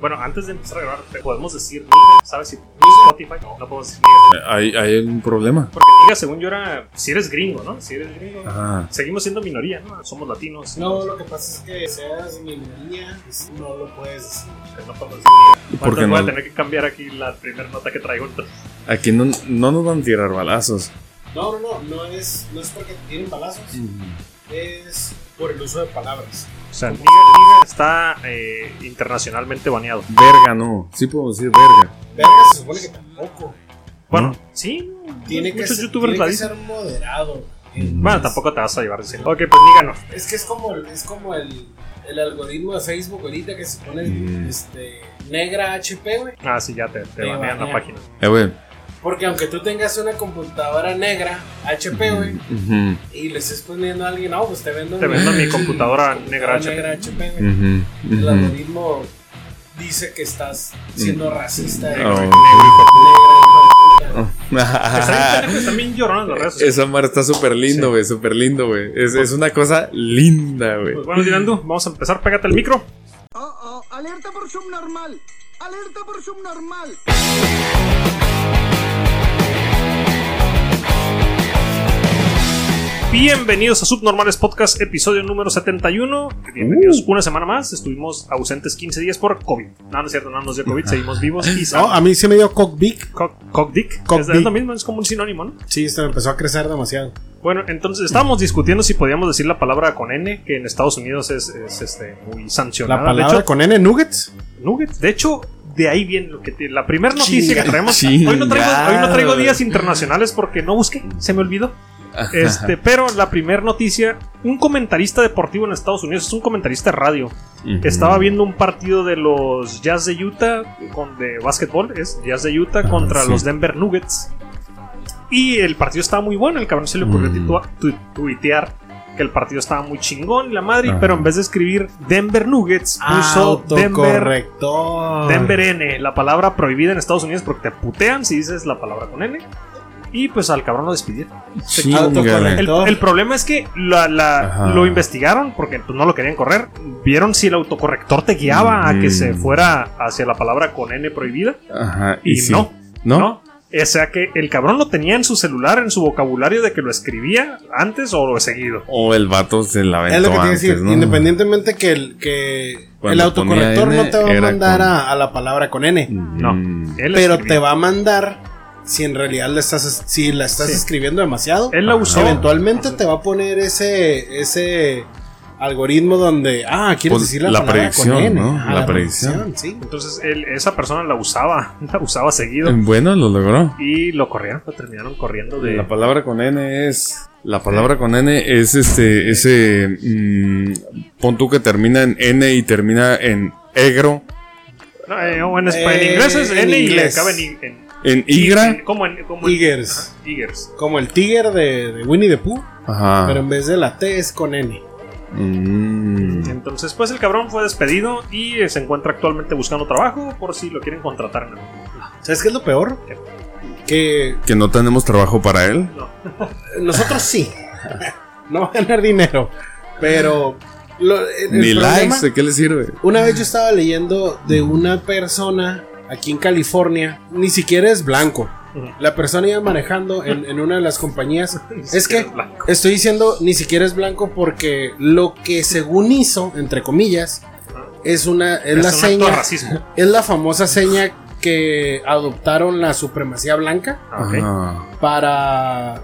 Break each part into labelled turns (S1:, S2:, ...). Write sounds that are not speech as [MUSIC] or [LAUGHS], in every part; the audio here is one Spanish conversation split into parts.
S1: Bueno, antes de empezar a grabar, ¿te podemos decir nigga? ¿Sabes si Spotify? No, no podemos decir nigga.
S2: ¿Hay, hay algún problema?
S1: Porque nigga, según yo, era si eres gringo, ¿no? Si eres gringo.
S2: Ah,
S1: Seguimos siendo minoría, ¿no? Somos latinos.
S3: No, lo que pasa es que seas minoría, pues, no lo puedes decir.
S1: No podemos decir nigga.
S2: ¿Y por
S1: Entonces
S2: qué
S1: voy a
S2: no?
S1: tener que cambiar aquí la primera nota que traigo. entonces.
S2: aquí no, no nos van a tirar balazos.
S3: No, no, no, no es, no es porque tienen balazos,
S1: Mm.
S3: es por el uso de palabras.
S1: O sea, nigga, nigga está eh, internacionalmente baneado.
S2: Verga, no. Sí puedo decir verga.
S3: Verga, se supone que tampoco.
S1: Bueno,
S2: ¿No?
S1: sí.
S3: Tiene que,
S1: Muchos
S3: ser,
S1: youtubers Mm.
S3: tiene
S1: la
S3: que
S1: dicen.
S3: ser moderado.
S1: Bueno, tampoco te vas a llevar a decir. Ok, pues nigga no.
S3: Es que es como, el- es como el, el algoritmo de Facebook ahorita que se pone
S2: Mm.
S3: este, negra HP, güey.
S1: Ah, sí, ya te, te
S3: Te
S1: banean la
S3: banean.
S1: página.
S2: Eh, güey.
S3: Porque aunque tú tengas una computadora negra HP, güey,
S2: Ujú,
S3: y le estés poniendo a alguien, no, pues te vendo,
S1: Te
S3: mi-
S1: vendo
S3: [LAUGHS]
S1: mi computadora negra HP".
S3: negra HP, güey.
S2: ujú,
S3: El
S2: ujú.
S3: algoritmo dice que estás siendo racista.
S2: Oh.
S3: eh, negra, hijo de puta.
S1: Están
S2: [LAUGHS]
S1: bien pendejos,
S3: [LAUGHS]
S1: Están bien llorones pues las redes sociales.
S2: Ah. Esa mar está súper lindo,
S1: Sí.
S2: güey, súper lindo, güey. Es, es una cosa linda, güey.
S1: Pues bueno, Dinando, vamos a empezar. Pégate el micro.
S4: Oh, oh, alerta por subnormal. Alerta por subnormal.
S1: Bienvenidos a Subnormales Podcast, episodio número 71. Bienvenidos
S3: Uh.
S1: una semana más. Estuvimos ausentes 15 días por COVID. No, no es cierto, no nos dio COVID, seguimos vivos. Y
S3: No, a mí sí me dio cockbeak.
S1: Cockdick.
S3: Cock
S1: Es,
S3: dick.
S1: es lo mismo, es como un sinónimo, ¿no?
S3: Sí, esto me empezó a crecer demasiado.
S1: Bueno, entonces estábamos discutiendo si podíamos decir la palabra con N, que en Estados Unidos es, es, este, muy sancionada.
S3: La palabra
S1: de hecho,
S3: con N nuggets.
S1: Nuggets. De hecho, de ahí viene lo que te- la primera noticia
S2: Chinga-
S1: que traemos. Hoy no, traigo, hoy no traigo
S2: chingado.
S1: días internacionales porque no busqué, se me
S3: [LAUGHS]
S1: olvidó. Este, pero la primera noticia, un comentarista deportivo en Estados Unidos, es un comentarista de radio,
S2: Ujú.
S1: estaba viendo un partido de los Jazz de Utah con de básquetbol, es Jazz de Utah
S2: Ah,
S1: contra
S2: sí.
S1: los Denver Nuggets. Y el partido estaba muy bueno, el cabrón se le ocurrió
S2: Mm.
S1: titua- tu- tuitear que el partido estaba muy chingón y la madre,
S2: Ajá.
S1: pero en vez de escribir Denver Nuggets, puso Denver,
S3: Ah, Autocorrector.
S1: Denver N, la palabra prohibida en Estados Unidos porque te putean si dices la palabra con N. Y pues al cabrón lo despidieron.
S2: Chingale.
S1: El, el problema es que la- la-
S2: Ajá.
S1: lo investigaron porque pues, no lo querían correr. Vieron si el autocorrector te guiaba a que
S2: Mm.
S1: se fuera hacia la palabra con N prohibida.
S2: Ajá,
S1: Y,
S2: sí.
S1: no,
S2: ¿No?
S1: no, O sea que el cabrón lo tenía en su celular, en su vocabulario de que lo escribía antes o lo seguido.
S2: O el vato se la aventó
S3: Es lo que te iba a
S2: antes,
S3: decir.
S2: ¿no?
S3: Independientemente que el, que el
S2: Cuando
S3: autocorrector
S2: ponía N,
S3: no te va a
S2: era
S3: mandar
S2: con-
S3: a, a la palabra con N.
S1: No.
S2: Mm.
S1: Él
S3: Pero
S1: escribía.
S3: te va a mandar si en realidad le estás, si la estás
S1: Sí.
S3: escribiendo demasiado.
S1: Él la
S2: Ajá.
S1: usó.
S3: Eventualmente te va a poner ese ese algoritmo donde ah quieres
S2: Pues,
S3: decir la,
S2: la
S3: palabra
S2: predicción,
S3: con N.
S2: ¿no?
S3: Ah,
S2: La predicción.
S3: sí.
S1: Entonces él- esa persona la usaba, [LAUGHS] la usaba seguido.
S2: Bueno, lo logró.
S1: Y lo corrieron, lo terminaron corriendo de...
S2: La palabra con N es. La palabra con N es este. Ese. mm, pon tú que termina en N y termina en egro.
S1: No, eh, o en, espa- en
S3: Eh,
S1: inglés es
S3: en
S1: N y
S3: inglés.
S1: acaba en... i- en-
S2: En igra.
S1: en- como en... Como en-
S3: Tigers,
S1: Ajá, Igers.
S3: como el tigre de, de Winnie the Pooh,
S2: Ajá.
S3: pero en vez de la T es con N.
S2: Mm.
S1: Entonces, pues el cabrón fue despedido y eh, se encuentra actualmente buscando trabajo por si lo quieren contratar en algún momento.
S3: ¿Sabes qué es lo peor?
S1: ¿Qué?
S3: Que
S2: Que no tenemos trabajo para él.
S1: [LAUGHS]
S3: nosotros sí, [LAUGHS] no va a ganar dinero, pero lo- el- el
S2: Ni
S3: problema-
S2: likes, ¿de qué le sirve?
S3: Una vez yo estaba leyendo de una persona aquí en California, ni siquiera es blanco.
S1: Ujú.
S3: La persona iba manejando en, en una de
S1: [LAUGHS]
S3: las compañías. Es
S1: siquiera
S3: que
S1: es blanco.
S3: estoy diciendo ni siquiera es blanco porque lo que según hizo, entre comillas, es una es, la
S1: un acto de
S3: seña,
S1: racismo.
S3: es la famosa seña que adoptaron la supremacía blanca
S1: Ah, ok.
S2: Ajá.
S3: para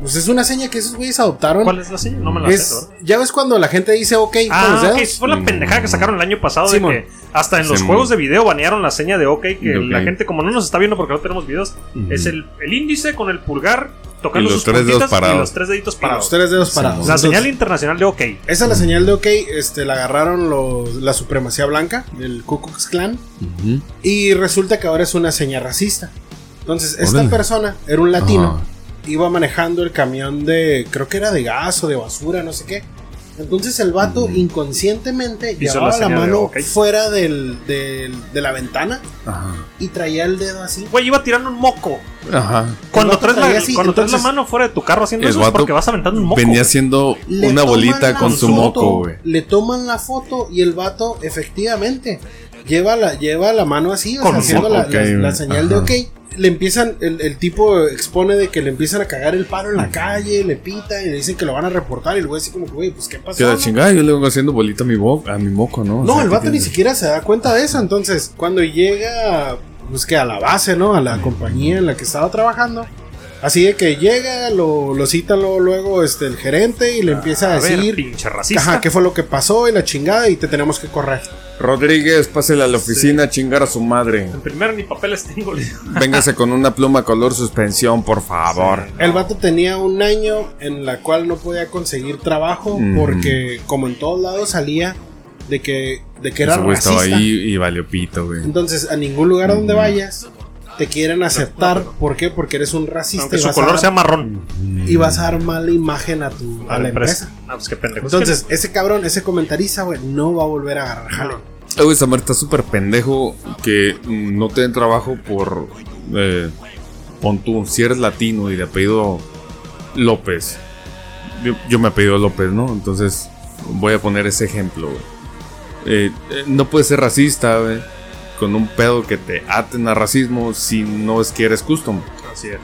S3: pues es una seña que esos güeyes adoptaron.
S1: ¿Cuál es la señal? No me la sé.
S3: Es,
S1: ¿verdad?
S3: ya ves cuando la gente dice ok con
S1: Ah,
S3: los
S1: ok,
S3: dedos.
S1: fue la pendejada que sacaron el año pasado
S3: Simón.
S1: de que hasta en los
S2: Simón.
S1: juegos de video banearon la seña de OK, que
S2: De ok.
S1: la gente, como no nos está viendo porque no tenemos videos,
S2: Ujú.
S1: es el, el índice con el pulgar tocando
S2: Y los
S1: sus
S2: tres dedos
S1: puntitas y
S2: parados.
S1: los tres deditos
S3: Para
S1: parados.
S3: los tres dedos parados.
S1: La
S3: Entonces,
S1: señal internacional de OK.
S3: Esa es la señal de OK, este, la agarraron los- la supremacía blanca, del Ku Klux Klan,
S2: Ujú.
S3: y resulta que ahora es una señal racista. Entonces, esta
S2: Órale.
S3: persona era un
S1: Ah.
S3: latino, iba manejando el camión de, creo que era de gas o de basura, no sé qué. Entonces el vato
S2: Ujú.
S3: inconscientemente
S1: Hizo la
S3: llevaba la,
S1: señal de
S3: mano
S1: OK.
S3: fuera del- del- de la ventana
S2: Ajá.
S3: y traía el dedo así.
S1: Güey, iba tirando un moco.
S2: Ajá.
S1: Cuando
S3: vato
S1: traes la,
S3: traía así,
S1: cuando traes la
S3: entonces-
S1: mano fuera de tu carro haciendo
S2: El
S1: eso es
S2: vato
S1: porque vas aventando un moco.
S2: Venía haciendo
S3: Le
S2: una
S3: toman
S2: bolita
S3: la
S2: con su
S3: foto,
S2: moco, güey.
S3: Le toman la foto y el vato efectivamente lleva la, lleva la mano así, o
S1: Con
S3: sea,
S1: un
S3: haciendo
S2: foco,
S3: la,
S2: ok,
S3: la- la
S2: ajá.
S3: señal de ok. Le empiezan, el, el tipo expone de que le empiezan a cagar el paro en la calle, le pita y le dicen que lo van a reportar. Y el güey así como que, güey, pues qué pasó.
S2: Que la
S3: no?"
S2: chingada, yo le vengo haciendo bolita a mi, bo- a mi moco, ¿no? O
S3: No,
S2: sea,
S3: el
S2: ¿qué
S3: vato ni
S2: tiene?
S3: siquiera se da cuenta de eso. Entonces, cuando llega, pues que a la base, ¿no? A la compañía en la que estaba trabajando. Así de que llega, lo, lo cita luego, luego, este, el gerente y le empieza a
S1: Ah, A ver,
S3: decir,
S1: pinche racista.
S3: ajá, qué fue lo que pasó y la chingada y te tenemos que correr.
S2: Rodríguez, pásele a la oficina a chingar a su madre.
S1: En primer ni papeles tengo. le digo.
S2: Véngase con una pluma color suspensión, por favor.
S3: El vato tenía un año en la cual no podía conseguir trabajo
S2: Mm.
S3: porque, como en todos lados, salía de que, de que era
S2: Ese güey estaba
S3: racista.
S2: ahí Mm. y valió pito, güey.
S3: Entonces, a ningún lugar donde vayas te quieren aceptar. ¿Por qué? Porque eres un racista
S1: Aunque
S3: y
S1: su
S3: vas, a
S1: color
S3: dar,
S1: sea marrón.
S3: y vas a dar mala imagen a tu a la empresa.
S1: Ah, pues qué pendejo.
S3: Entonces, ese cabrón, ese comentarista, güey, no va a volver a agarrar jalón.
S2: Eh, Güey, Samar está súper pendejo que mm, no te den trabajo por. Eh, pon tú, si eres latino y de apellido López. Yo, yo me apellido López, ¿no? Entonces voy a poner ese ejemplo, güey. Eh, eh, no puedes ser racista, güey. Con un pedo que te aten a racismo si no es que eres custom.
S1: Así es.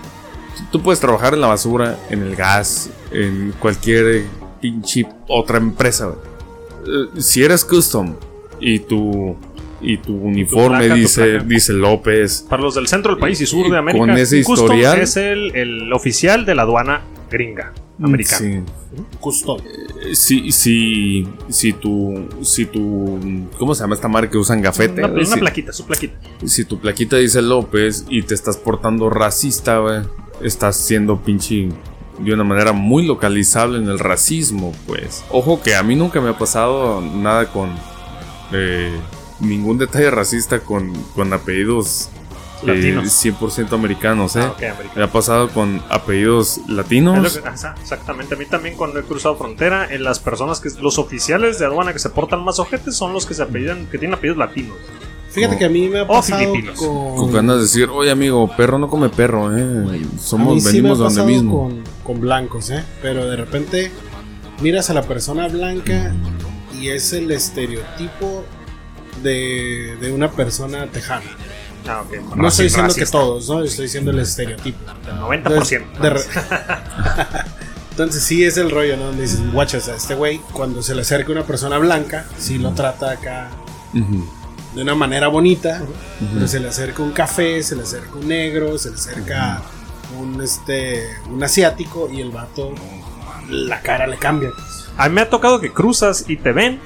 S2: Tú puedes trabajar en la basura, en el gas, en cualquier eh, pinche otra empresa. güey. Eh, si eres custom y tu y tu uniforme
S1: placa, tu
S2: dice
S1: placa.
S2: dice López,
S1: Para los del centro del país y sur de
S2: Y
S1: América,
S2: con ese
S1: un custom
S2: historial-
S1: es el, el oficial de la aduana gringa
S3: Mm,
S1: americana.
S2: Sí.
S3: Custón.
S2: Eh, Si, si, si tu, si tu, ¿cómo se llama esta marca que usan gafete?
S1: Una,
S2: güey?
S1: una
S2: Si-
S1: plaquita, su plaquita.
S2: si tu plaquita dice López y te estás portando racista, güey, estás siendo pinche de una manera muy localizable en el racismo, pues. Ojo que a mí nunca me ha pasado nada con eh, ningún detalle racista con, con apellidos eh,
S1: Latinos.
S2: 100% americanos, ¿eh?
S1: Ah, ok, americana.
S2: Me ha pasado con apellidos
S1: Es
S2: latinos.
S1: lo que- ajá, exactamente, a mí también cuando he cruzado frontera, en las personas que los oficiales de aduana que se portan más ojetes son los que se apellidan, que tienen apellidos latinos.
S3: Fíjate
S2: Oh.
S3: que a mí me ha
S1: Oh,
S3: pasado
S1: filipinos.
S2: Con
S3: con...
S2: ganas de decir, oye amigo, perro no come perro, ¿eh?
S3: A mí
S2: Somos,
S3: sí
S2: venimos
S3: me
S2: de
S3: ha
S2: donde
S3: pasado
S2: mismo.
S3: Con, con blancos, ¿eh? Pero de repente miras a la persona blanca y es el estereotipo de, de una persona tejana.
S1: Ah, ok,
S3: No estoy diciendo que todos, ¿no? Estoy diciendo el estereotipo.
S1: El
S3: Entonces,
S1: 90%.
S3: de re- [LAUGHS] Entonces sí es el rollo, ¿no? Donde dices, guacha, o sea, este güey, cuando se le acerca una persona blanca, sí lo trata acá
S2: Ujú,
S3: de una manera bonita, pero
S2: ujú.
S3: se le acerca un café, se le acerca un negro, se le acerca un este un asiático y el vato la cara le cambia.
S1: A mí me ha tocado que cruzas y te ven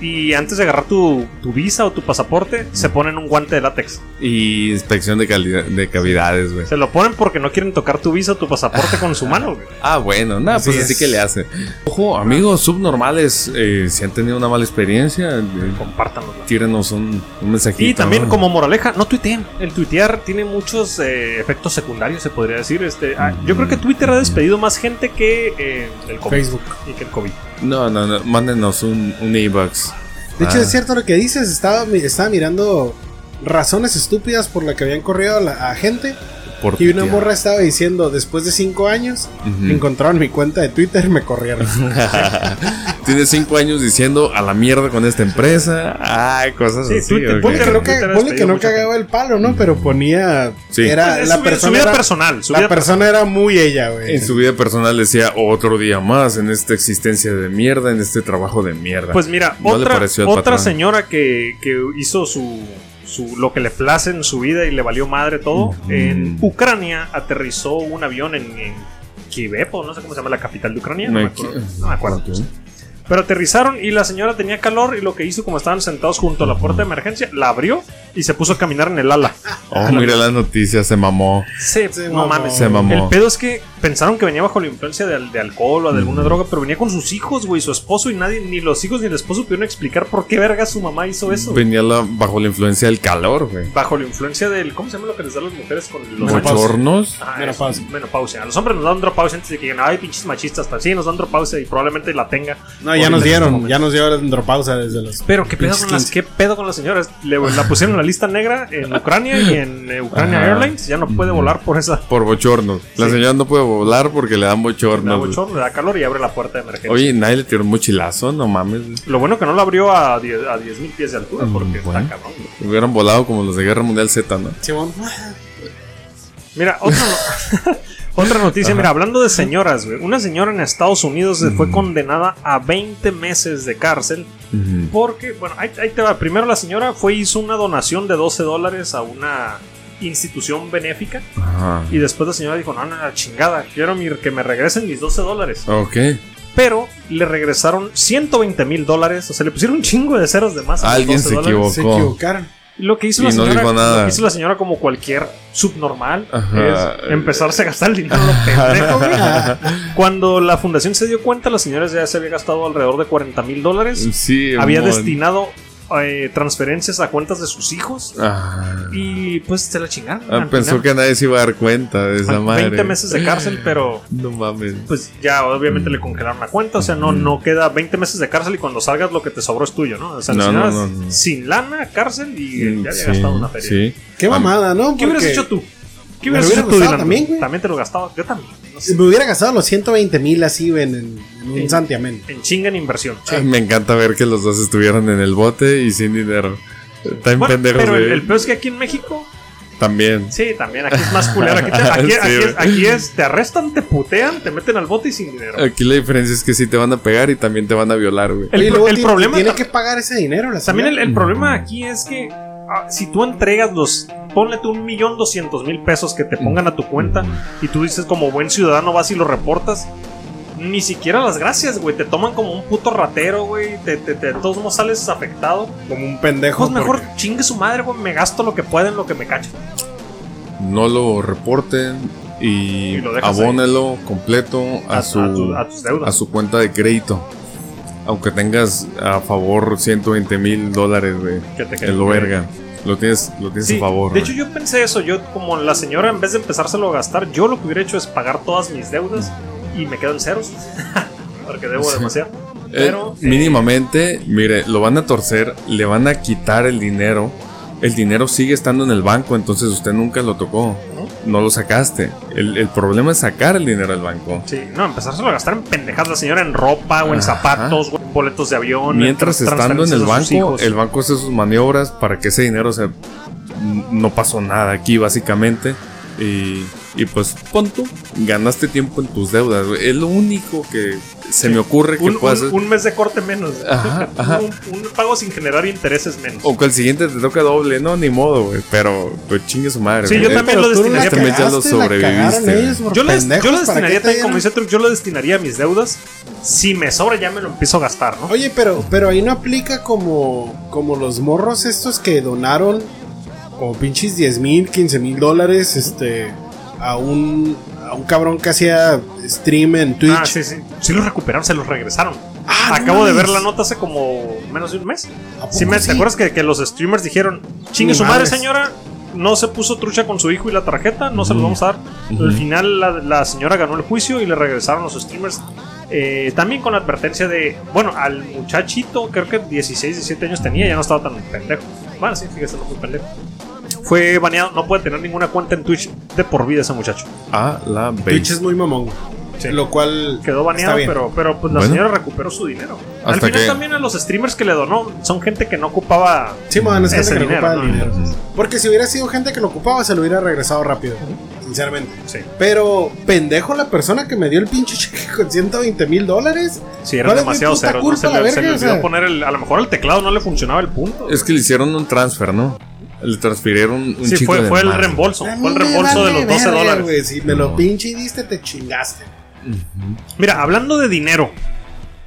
S1: y antes de agarrar tu, tu visa o tu pasaporte, se ponen un guante de látex.
S2: Y inspección de, calidad, de cavidades, güey.
S1: Se lo ponen porque no quieren tocar tu visa o tu pasaporte con su mano, güey.
S2: Ah, bueno, nada,
S3: Así
S2: pues así
S3: es.
S2: que le hace. Ojo, amigos subnormales, eh, si han tenido una mala experiencia, eh,
S1: Compártanlo. güey.
S2: tírenos un, un mensajito.
S1: Y también
S2: ¿no?
S1: como moraleja, no tuiteen. El tuitear tiene muchos eh, efectos secundarios, se podría decir. Este, ah, yo creo que Twitter ha despedido más gente que eh, el COVID.
S3: Facebook.
S1: Y que el COVID.
S2: No, no, no, mándenos un, un e-box.
S3: De hecho
S2: Ah.
S3: es cierto lo que dices, estaba mi- estaba mirando razones estúpidas por las que habían corrido a, la, a gente
S2: Por
S3: y una
S2: tuitear.
S3: morra estaba diciendo después de cinco años
S2: Ujú.
S3: encontraron mi cuenta de Twitter me
S2: [LAUGHS]
S3: corrieron.
S2: Tiene cinco años diciendo a la mierda con esta empresa. Ay, cosas
S1: Sí,
S2: así.
S1: Twitter,
S2: ok.
S1: Twitter,
S3: Creo que,
S1: Twitter ha
S3: ponle que
S1: despedido
S3: no
S1: mucha
S3: cagaba el palo, ¿no? Pero ponía
S2: Sí.
S3: era
S1: Es
S3: la
S1: Pues, su vida- su
S3: persona
S1: vida
S3: era-
S1: personal. su
S3: la
S1: vida
S3: persona era muy ella, güey.
S2: En su vida personal decía otro día más en esta existencia de mierda, en este trabajo de mierda.
S1: Pues mira,
S2: No le
S1: otra,
S2: pareció al
S1: otra
S2: patrón.
S1: señora que, que hizo su, su- lo que le place en su vida y le valió madre todo,
S2: Ujú.
S1: en Ucrania aterrizó un avión en, en Kiev, o no sé cómo se llama la capital de Ucrania, no, me acuerdo. No me acuerdo. Pero aterrizaron y la señora tenía calor y lo que hizo, como estaban sentados junto a la puerta de emergencia, la abrió y se puso a caminar en el ala.
S2: Oh, mira las noticias, se mamó.
S1: Se,
S3: Se
S1: no
S3: mamó.
S1: mames.
S2: Se mamó.
S1: El pedo es que pensaron que venía bajo la influencia de, al- de alcohol o de alguna droga, pero venía con sus hijos, güey, su esposo y nadie, ni los hijos ni el esposo pudieron explicar por qué verga su mamá hizo eso. güey.
S2: Venía la- bajo la influencia del calor, güey.
S1: Bajo la influencia del. ¿Cómo se llama lo que les da a las mujeres con los
S3: Menopausia.
S1: machos?
S2: Bochornos.
S1: Ah,
S3: Menopausia.
S1: es Menopausia. A los hombres nos da andropausia antes de que digan, ay, pinches machistas. Pero sí, nos da andropausia y probablemente la tenga.
S3: No, ya
S1: Ahorita
S3: nos
S1: en este
S3: dieron,
S1: momento.
S3: ya nos dio la andropausa desde los
S2: [LAUGHS]
S1: Pero qué pedo, con las, qué pedo con las señoras. Le, la pusieron en la lista negra en Ucrania y en eh, Ucrania
S2: Ajá.
S1: Airlines ya no puede volar por esa.
S2: Por bochorno. La
S1: Sí.
S2: señora no puede volar porque le dan
S1: Le da
S2: bochorno.
S1: bochorno, le da calor y abre la puerta de emergencia.
S2: Oye, nadie le tiró un mochilazo, no mames. güey.
S1: Lo bueno que no la abrió a 10 a 10.000 pies de altura
S2: Mm,
S1: porque
S2: bueno.
S1: está cabrón. güey.
S2: Hubieran volado como los de Guerra Mundial Z, ¿no?
S3: Simón.
S1: Mira, otra, no- [LAUGHS] otra noticia. Mira, hablando de señoras, güey. Una señora en Estados Unidos se
S2: Mm.
S1: fue condenada a 20 meses de cárcel porque, bueno, ahí, ahí te va. Primero la señora fue hizo una donación de 12 dólares a una institución benéfica
S2: Ajá.
S1: y después la señora dijo, no, no, la chingada, quiero mi- que me regresen mis 12 dólares.
S2: Ok.
S1: Pero le regresaron 120 mil dólares, o sea, le pusieron un chingo de ceros de más. a los
S2: Alguien
S1: 12
S2: se
S1: dólares.
S2: equivocó.
S3: Se equivocaron.
S1: Lo que hizo
S2: Y
S1: la
S2: no
S1: señora,
S2: dijo nada.
S1: lo que hizo la señora como cualquier subnormal
S2: Ajá.
S1: es empezarse a gastar el dinero lo pendejo,
S2: [LAUGHS]
S1: güey. Cuando la fundación se dio cuenta, la señora ya se había gastado alrededor de 40 mil dólares.
S2: Sí,
S1: [LAUGHS] había
S2: mon.
S1: destinado eh, transferencias a cuentas de sus hijos.
S2: Ajá.
S1: Y pues se la chingaron.
S2: Ah,
S1: al
S2: pensó
S1: final.
S2: que nadie se iba a dar cuenta de esa
S1: 20
S2: madre.
S1: meses de cárcel, pero
S2: No mames.
S1: pues ya obviamente le congelaron la cuenta. O sea, no, no queda 20 meses de cárcel y cuando salgas lo que te sobró es tuyo, ¿no? O sea, la
S2: No,
S1: señora
S2: no, no, no.
S1: sin lana, cárcel y eh, ya había
S2: Sí,
S1: gastado una feria.
S2: sí.
S3: Qué mamada, ¿no?
S1: ¿Qué hubieras
S3: Porque
S1: hecho tú? ¿Qué
S3: me
S1: hubieras
S3: hubiera
S1: hecho tú,
S3: gustado
S1: Dylan?
S3: también, güey.
S1: También te lo gastaba. Yo también. no sé.
S3: Me hubiera gastado los 120 mil así, güey, en, en un
S1: Sí.
S3: santiamén.
S1: En chinga en inversión.
S2: Ay, Ah, me encanta ver que los dos estuvieron en el bote y sin dinero. Está en
S1: Bueno,
S2: pendejos
S1: pero el,
S2: güey.
S1: el peor es que aquí en México,
S2: También.
S1: sí, también aquí es más culero.
S2: [LAUGHS]
S1: Aquí, te- aquí-
S2: Sí,
S1: aquí
S2: güey.
S1: es, aquí es, te arrestan, te putean, te meten al bote y sin dinero.
S2: Aquí la diferencia es que sí te van a pegar y también te van a violar, güey.
S1: El
S3: Oye,
S1: pro-
S3: luego
S1: el
S3: tiene-
S1: problema
S3: tiene
S1: tam-
S3: que pagar ese dinero la
S1: También el,
S3: señora.
S1: el problema aquí es que ah, si tú entregas los, ponle tú un millón doscientos mil pesos que te pongan a tu cuenta y tú dices como buen ciudadano vas y lo reportas. Ni siquiera las gracias, güey. Te toman como un puto ratero, güey. Te, te, te- de todos modos sales afectado.
S3: Como un pendejo.
S1: Pues mejor
S3: porque-
S1: chingue su madre, güey. Me gasto lo que pueda en lo que me cacho.
S2: No lo reporten y,
S1: Y lo dejas
S2: abónelo completo a,
S1: A-
S2: su,
S1: a tu- a tus deudas.
S2: a su cuenta de crédito. Aunque tengas a favor 120 mil dólares, güey.
S1: Que te quede-
S2: El verga. Lo tienes, lo tienes
S1: Sí,
S2: a favor.
S1: De
S2: güey.
S1: hecho, yo pensé eso. Yo, como la señora, en vez de empezárselo a gastar, yo lo que hubiera hecho es pagar todas mis deudas y me quedo en ceros. [LAUGHS] porque debo demasiado.
S2: Eh,
S1: Pero. eh,
S2: mínimamente, mire, lo van a torcer, le van a quitar el dinero. El dinero sigue estando en el banco, entonces usted nunca lo tocó. No lo sacaste. El, el problema es sacar el dinero del banco.
S1: Sí, no, empezárselo a gastar en pendejadas la señora en ropa o en
S2: Ajá.
S1: zapatos, o en boletos de avión. en
S2: Mientras
S1: trans-
S2: estando en el
S1: transferencias a sus
S2: banco,
S1: hijos.
S2: el banco hace sus maniobras para que ese dinero se... No pasó nada aquí, básicamente. Y, y pues, pon tú, ganaste tiempo en tus deudas. güey. Es lo único que se me ocurre que
S1: Un,
S2: puedas
S1: un-
S2: hacer.
S1: un mes de corte menos.
S2: Ajá,
S1: [LAUGHS]
S2: ajá.
S1: Un, un pago sin generar intereses menos.
S2: O que el siguiente te toca doble, no, ni modo, güey. Pero, pues chingue su madre.
S1: Sí,
S2: güey.
S1: yo
S2: Eh,
S1: también
S3: Pero
S1: lo
S3: tú la
S1: destinaría.
S2: Este mes ya lo este.
S3: cagaste, la cagaron
S2: sobreviviste.
S3: ellos por
S1: Yo, les- yo
S3: pendejos,
S1: lo
S3: ¿para qué
S1: destinaría,
S3: te
S1: también como dice
S3: dieron?
S1: Truc, yo lo destinaría a mis deudas. Si me sobra, ya me lo empiezo a gastar, ¿no?
S3: Oye, pero, pero ahí no aplica como, como los morros estos que donaron como pinches 10 mil, 15 mil dólares este, a, un, a un cabrón que hacía stream en Twitch.
S1: Ah, sí, sí. Sí los recuperaron, se los regresaron.
S3: Ah, no
S1: Acabo de
S3: mames.
S1: ver la nota hace como menos de un mes.
S3: ¿A poco
S1: Sí, me,
S3: sí?
S1: ¿Te acuerdas que, que los streamers dijeron, chingue
S3: Ni
S1: su madre
S3: madres.
S1: señora, no se puso trucha con su hijo y la tarjeta, no se lo vamos a dar. Al final la, la señora ganó el juicio y le regresaron los streamers. eh, también con la advertencia de, bueno, al muchachito, creo que 16, 17 años tenía, ya no estaba tan pendejo. Bueno, sí, fíjese, no fue pendejo. Fue baneado, no puede tener ninguna cuenta en Twitch de por vida ese muchacho.
S2: A la
S3: Twitch
S2: vez.
S3: es muy mamón.
S1: Sí.
S3: Lo cual.
S1: Quedó
S3: está
S1: baneado,
S3: bien.
S1: pero, pero pues la
S2: Bueno.
S1: señora recuperó su dinero. Al
S2: Hasta
S1: final
S2: que-
S1: también a los streamers que le donó son gente que no ocupaba
S3: Sí, man, es gente
S1: Ese
S3: que le
S1: dinero,
S3: ocupaba
S1: ¿no?
S3: el dinero. Porque si hubiera sido gente que lo ocupaba, se lo hubiera regresado rápido. Sinceramente.
S1: Sí.
S3: Pero, pendejo, la persona que me dio el pinche cheque con 120 mil dólares.
S1: Si era
S3: ¿Cuál es mi
S1: demasiado
S3: puta
S1: cero, ¿no?
S3: culpa,
S1: se,
S3: la
S1: le, se
S3: verga?
S1: le
S3: O
S1: olvidó
S3: sea,
S1: poner el. A lo mejor el teclado no le funcionaba el punto.
S2: Es que le hicieron un transfer, ¿no? Le transfirieron un
S1: sí,
S2: chico
S1: fue,
S2: de
S1: fue el
S2: más.
S1: reembolso.
S3: a mí
S1: Fue el
S3: me
S1: reembolso de
S3: vale
S1: los 12
S3: verga,
S1: dólares.
S3: güey, Si me lo
S2: No.
S3: pinche diste, te chingaste.
S1: Mira, hablando de dinero,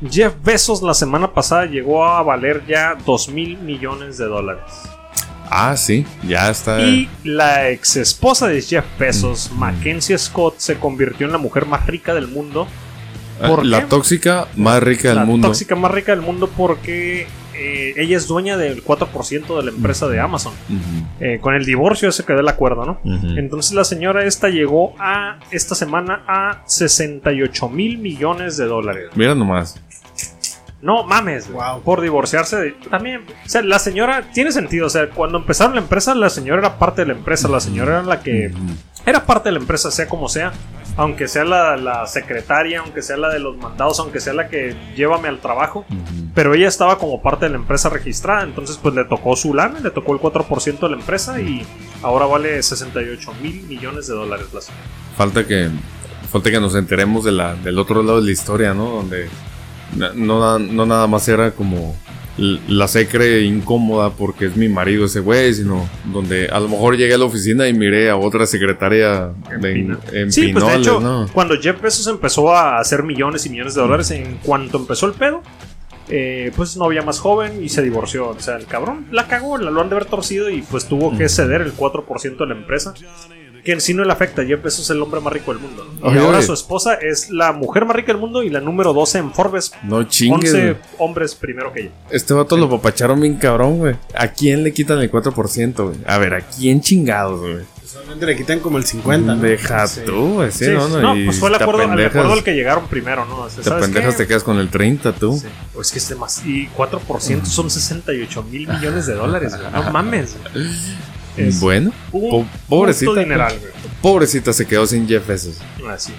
S1: Jeff Bezos la semana pasada llegó a valer ya 2 mil millones de dólares.
S2: Ah, sí, ya está.
S1: Y la ex esposa de Jeff
S2: Mm.
S1: Bezos, Mackenzie Scott, se convirtió en la mujer más rica del mundo.
S2: Ah,
S1: ¿por
S2: la
S1: qué?
S2: tóxica más rica del
S1: la
S2: mundo.
S1: tóxica más rica del mundo porque eh, ella es dueña del 4% de la empresa de Amazon.
S2: Ujú,
S1: Eh, con el divorcio ese quedó el acuerdo, ¿no?
S2: ujú.
S1: Entonces la señora esta llegó a esta semana a 68 mil millones de dólares.
S2: Mira nomás.
S1: No mames, güey,
S3: Wow.
S1: por divorciarse de- también. O sea, la señora tiene sentido. O sea, cuando empezaron la empresa, la señora era parte de la empresa. La señora era la que era parte de la empresa, sea como sea. Aunque sea la, la secretaria, aunque sea la de los mandados, aunque sea la que llévame al trabajo. Pero ella estaba como parte de la empresa registrada. Entonces, pues le tocó su lana, le tocó el 4% de la empresa y ahora vale 68 mil millones de dólares la señora.
S2: Falta que, falta que nos enteremos de la, del otro lado de la historia, ¿no? Donde na- no, na- no nada más era como l- la secre incómoda porque es mi marido ese güey, sino donde a lo mejor llegué a la oficina y miré a otra secretaria de, en,
S1: Pina- sí, pues de
S2: Pinoles,
S1: hecho,
S2: ¿no?
S1: cuando Jeff Bezos empezó a hacer millones y millones de dólares, en cuanto empezó el pedo, eh, pues no había más joven y se divorció. O sea, el cabrón la cagó, la lo han de haber torcido y pues tuvo que ceder el 4% de la empresa. Que en sí no le afecta, Jeff Bezos es el hombre más rico del mundo. ¿no? Y
S2: Oye,
S1: ahora
S2: oye.
S1: su esposa es la mujer más rica del mundo y la número 12 en Forbes.
S2: No chingues.
S1: 11
S2: güey.
S1: hombres primero que ella.
S2: Este vato lo papacharon bien cabrón, güey. ¿A quién le quitan el 4%, güey? A ver, ¿a quién chingados, güey?
S3: Solamente le quitan como el 50. ¿no?
S2: Deja
S3: Sí.
S2: tú, güey. Sí,
S1: Sí,
S2: no,
S1: sí.
S2: no,
S1: no,
S2: y
S1: pues fue el
S2: te
S1: acuerdo, el
S2: apendejas-
S1: acuerdo al que llegaron primero, ¿no? O sea,
S2: Te
S1: Pues, ¿sabes qué?
S2: pendejas, te quedas con el 30, tú. Mm.
S1: Sí. Pues que es más. Y 4% son 68 mil millones de dólares, güey.
S2: [LAUGHS]
S1: No mames. güey. Es
S2: Mm, Bueno,
S1: un
S2: po-
S1: puto
S2: pobrecita.
S1: dineral, güey.
S2: Pobrecita se quedó sin Jeff Bezos. [LAUGHS]
S1: Así.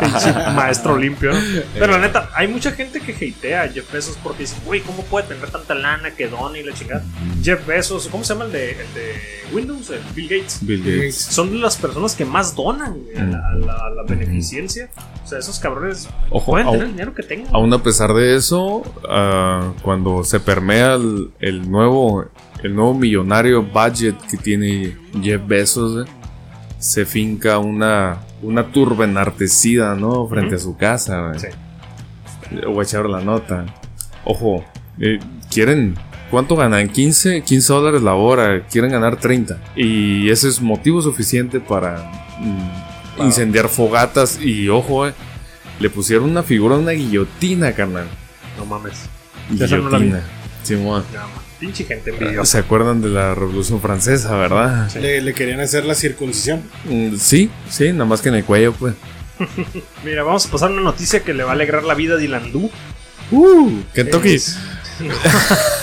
S1: Pinche Maestro limpio, ¿no? Pero
S2: Eh.
S1: la neta, hay mucha gente que hatea a Jeff Bezos porque dice, güey, ¿cómo puede tener tanta lana que dona y la chingada? Jeff Bezos, ¿cómo se llama el de, el de Windows? El Bill Gates.
S2: Bill Gates.
S1: Son de las personas que más donan güey, a la, a la- a la
S2: Mm.
S1: beneficencia. O sea, esos cabrones
S2: Ojo,
S1: pueden tener el
S2: aún,
S1: dinero que tengan.
S2: aún a pesar de eso, ah, cuando se permea el, el nuevo el nuevo millonario budget que tiene Jeff Bezos, eh, se finca una, una turba enartecida, ¿no? Frente a su casa. eh.
S1: Sí.
S2: Voy a echar la nota. Ojo, eh, quieren. ¿Cuánto ganan? 15, 15 dólares la hora. Quieren ganar 30. Y ese es motivo suficiente para mm,
S1: Claro.
S2: incendiar fogatas. Y ojo, eh, le pusieron una figura, una guillotina, carnal.
S1: No mames. Esa no la vi.
S2: Guillotina. Simón.
S1: Nada más. Pinche gente envidiosa.
S2: ¿Se acuerdan de la Revolución Francesa, verdad?
S1: Sí.
S3: Le, le querían hacer la circuncisión.
S2: Mm, Sí, sí, nada más que en el cuello, pues.
S1: Mira, vamos a pasar una noticia que le va a alegrar la vida a Dilandú.
S2: ¡Uh! Kentucky. [LAUGHS] Ah,
S1: Es-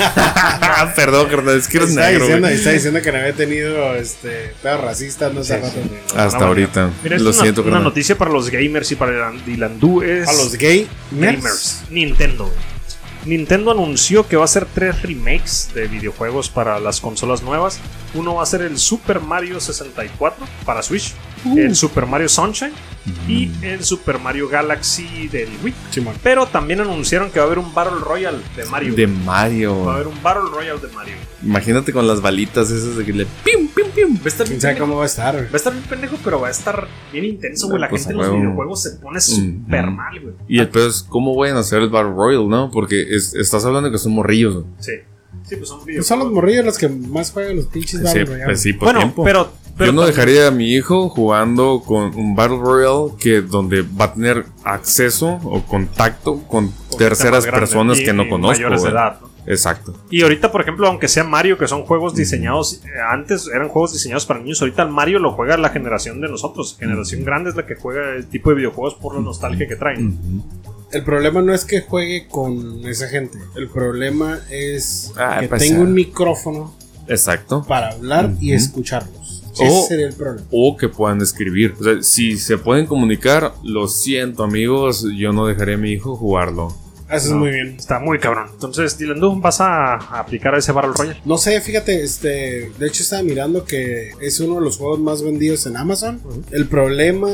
S2: Perdón, carnal, es que eres
S3: Está
S2: negro.
S3: diciendo,
S2: güey.
S3: está diciendo que no había tenido este, pedos racistas, no sé. rato.
S2: Hasta
S1: Ah, bueno.
S2: ahorita.
S1: Mira, es
S2: Lo
S1: una,
S2: siento,
S1: una
S2: carnal.
S1: noticia para los gamers y para Dilandú es
S3: A los gay
S1: gamers. Nintendo. Nintendo anunció que va a hacer tres remakes de videojuegos para las consolas nuevas. Uno va a ser el Super Mario 64 para Switch,
S2: Uh.
S1: el Super Mario Sunshine
S2: Mm.
S1: y el Super Mario Galaxy del Wii.
S3: Simón.
S1: Pero también anunciaron que va a haber un Battle Royale de Mario.
S2: De Mario.
S1: Va a haber un Battle Royale de Mario.
S2: Imagínate con las balitas esas de que le pim, pim, pim.
S1: Va a estar bien
S3: Quién sabe
S1: pendejo.
S3: cómo va a estar. güey.
S1: Va a estar bien pendejo, pero va a estar bien intenso, güey. La
S2: Pues,
S1: gente en
S2: a
S1: los
S2: huevo.
S1: videojuegos se pone súper
S2: Ujú.
S1: mal, güey.
S2: Y el pedo es, ¿cómo van a hacer el Battle Royale, no? Porque es- estás hablando que son morrillos. güey.
S1: Sí. Sí, pues son
S3: Pues
S1: videojuegos.
S3: son los morrillos los que más juegan los pinches
S2: Sí,
S3: Battle Royale.
S2: pues sí, por
S1: bueno,
S2: tiempo.
S1: pero, pero
S2: Yo no
S1: también-
S2: dejaría a mi hijo jugando con un Battle Royale que donde va a tener acceso o contacto con
S1: porque está
S2: terceras
S1: más grande
S2: personas
S1: y-
S2: que no
S1: y
S2: conozco.
S1: Mayores de
S2: güey.
S1: edad. ¿no?
S2: Exacto.
S1: Y ahorita, por ejemplo, aunque sea Mario, que son juegos diseñados, eh, antes eran juegos diseñados para niños, ahorita el Mario lo juega la generación de nosotros. Generación grande es la que juega el tipo de videojuegos por la nostalgia que traen.
S3: El problema no es que juegue con esa gente. El problema es
S2: Ah,
S3: que
S2: pues,
S3: tenga
S2: ah.
S3: un micrófono
S2: Exacto.
S3: para hablar y
S2: Ujú.
S3: escucharlos.
S2: O-
S3: Ese sería el problema.
S2: O que puedan escribir. O sea, si se pueden comunicar, lo siento amigos, yo no dejaría a mi hijo jugarlo.
S3: Haces
S1: No,
S3: muy bien.
S1: Está muy cabrón. Entonces, Dylan Doom, ¿vas a aplicar ese Battle Royale?
S3: No sé, fíjate, este, de hecho estaba mirando que es uno de los juegos más vendidos en Amazon. El problema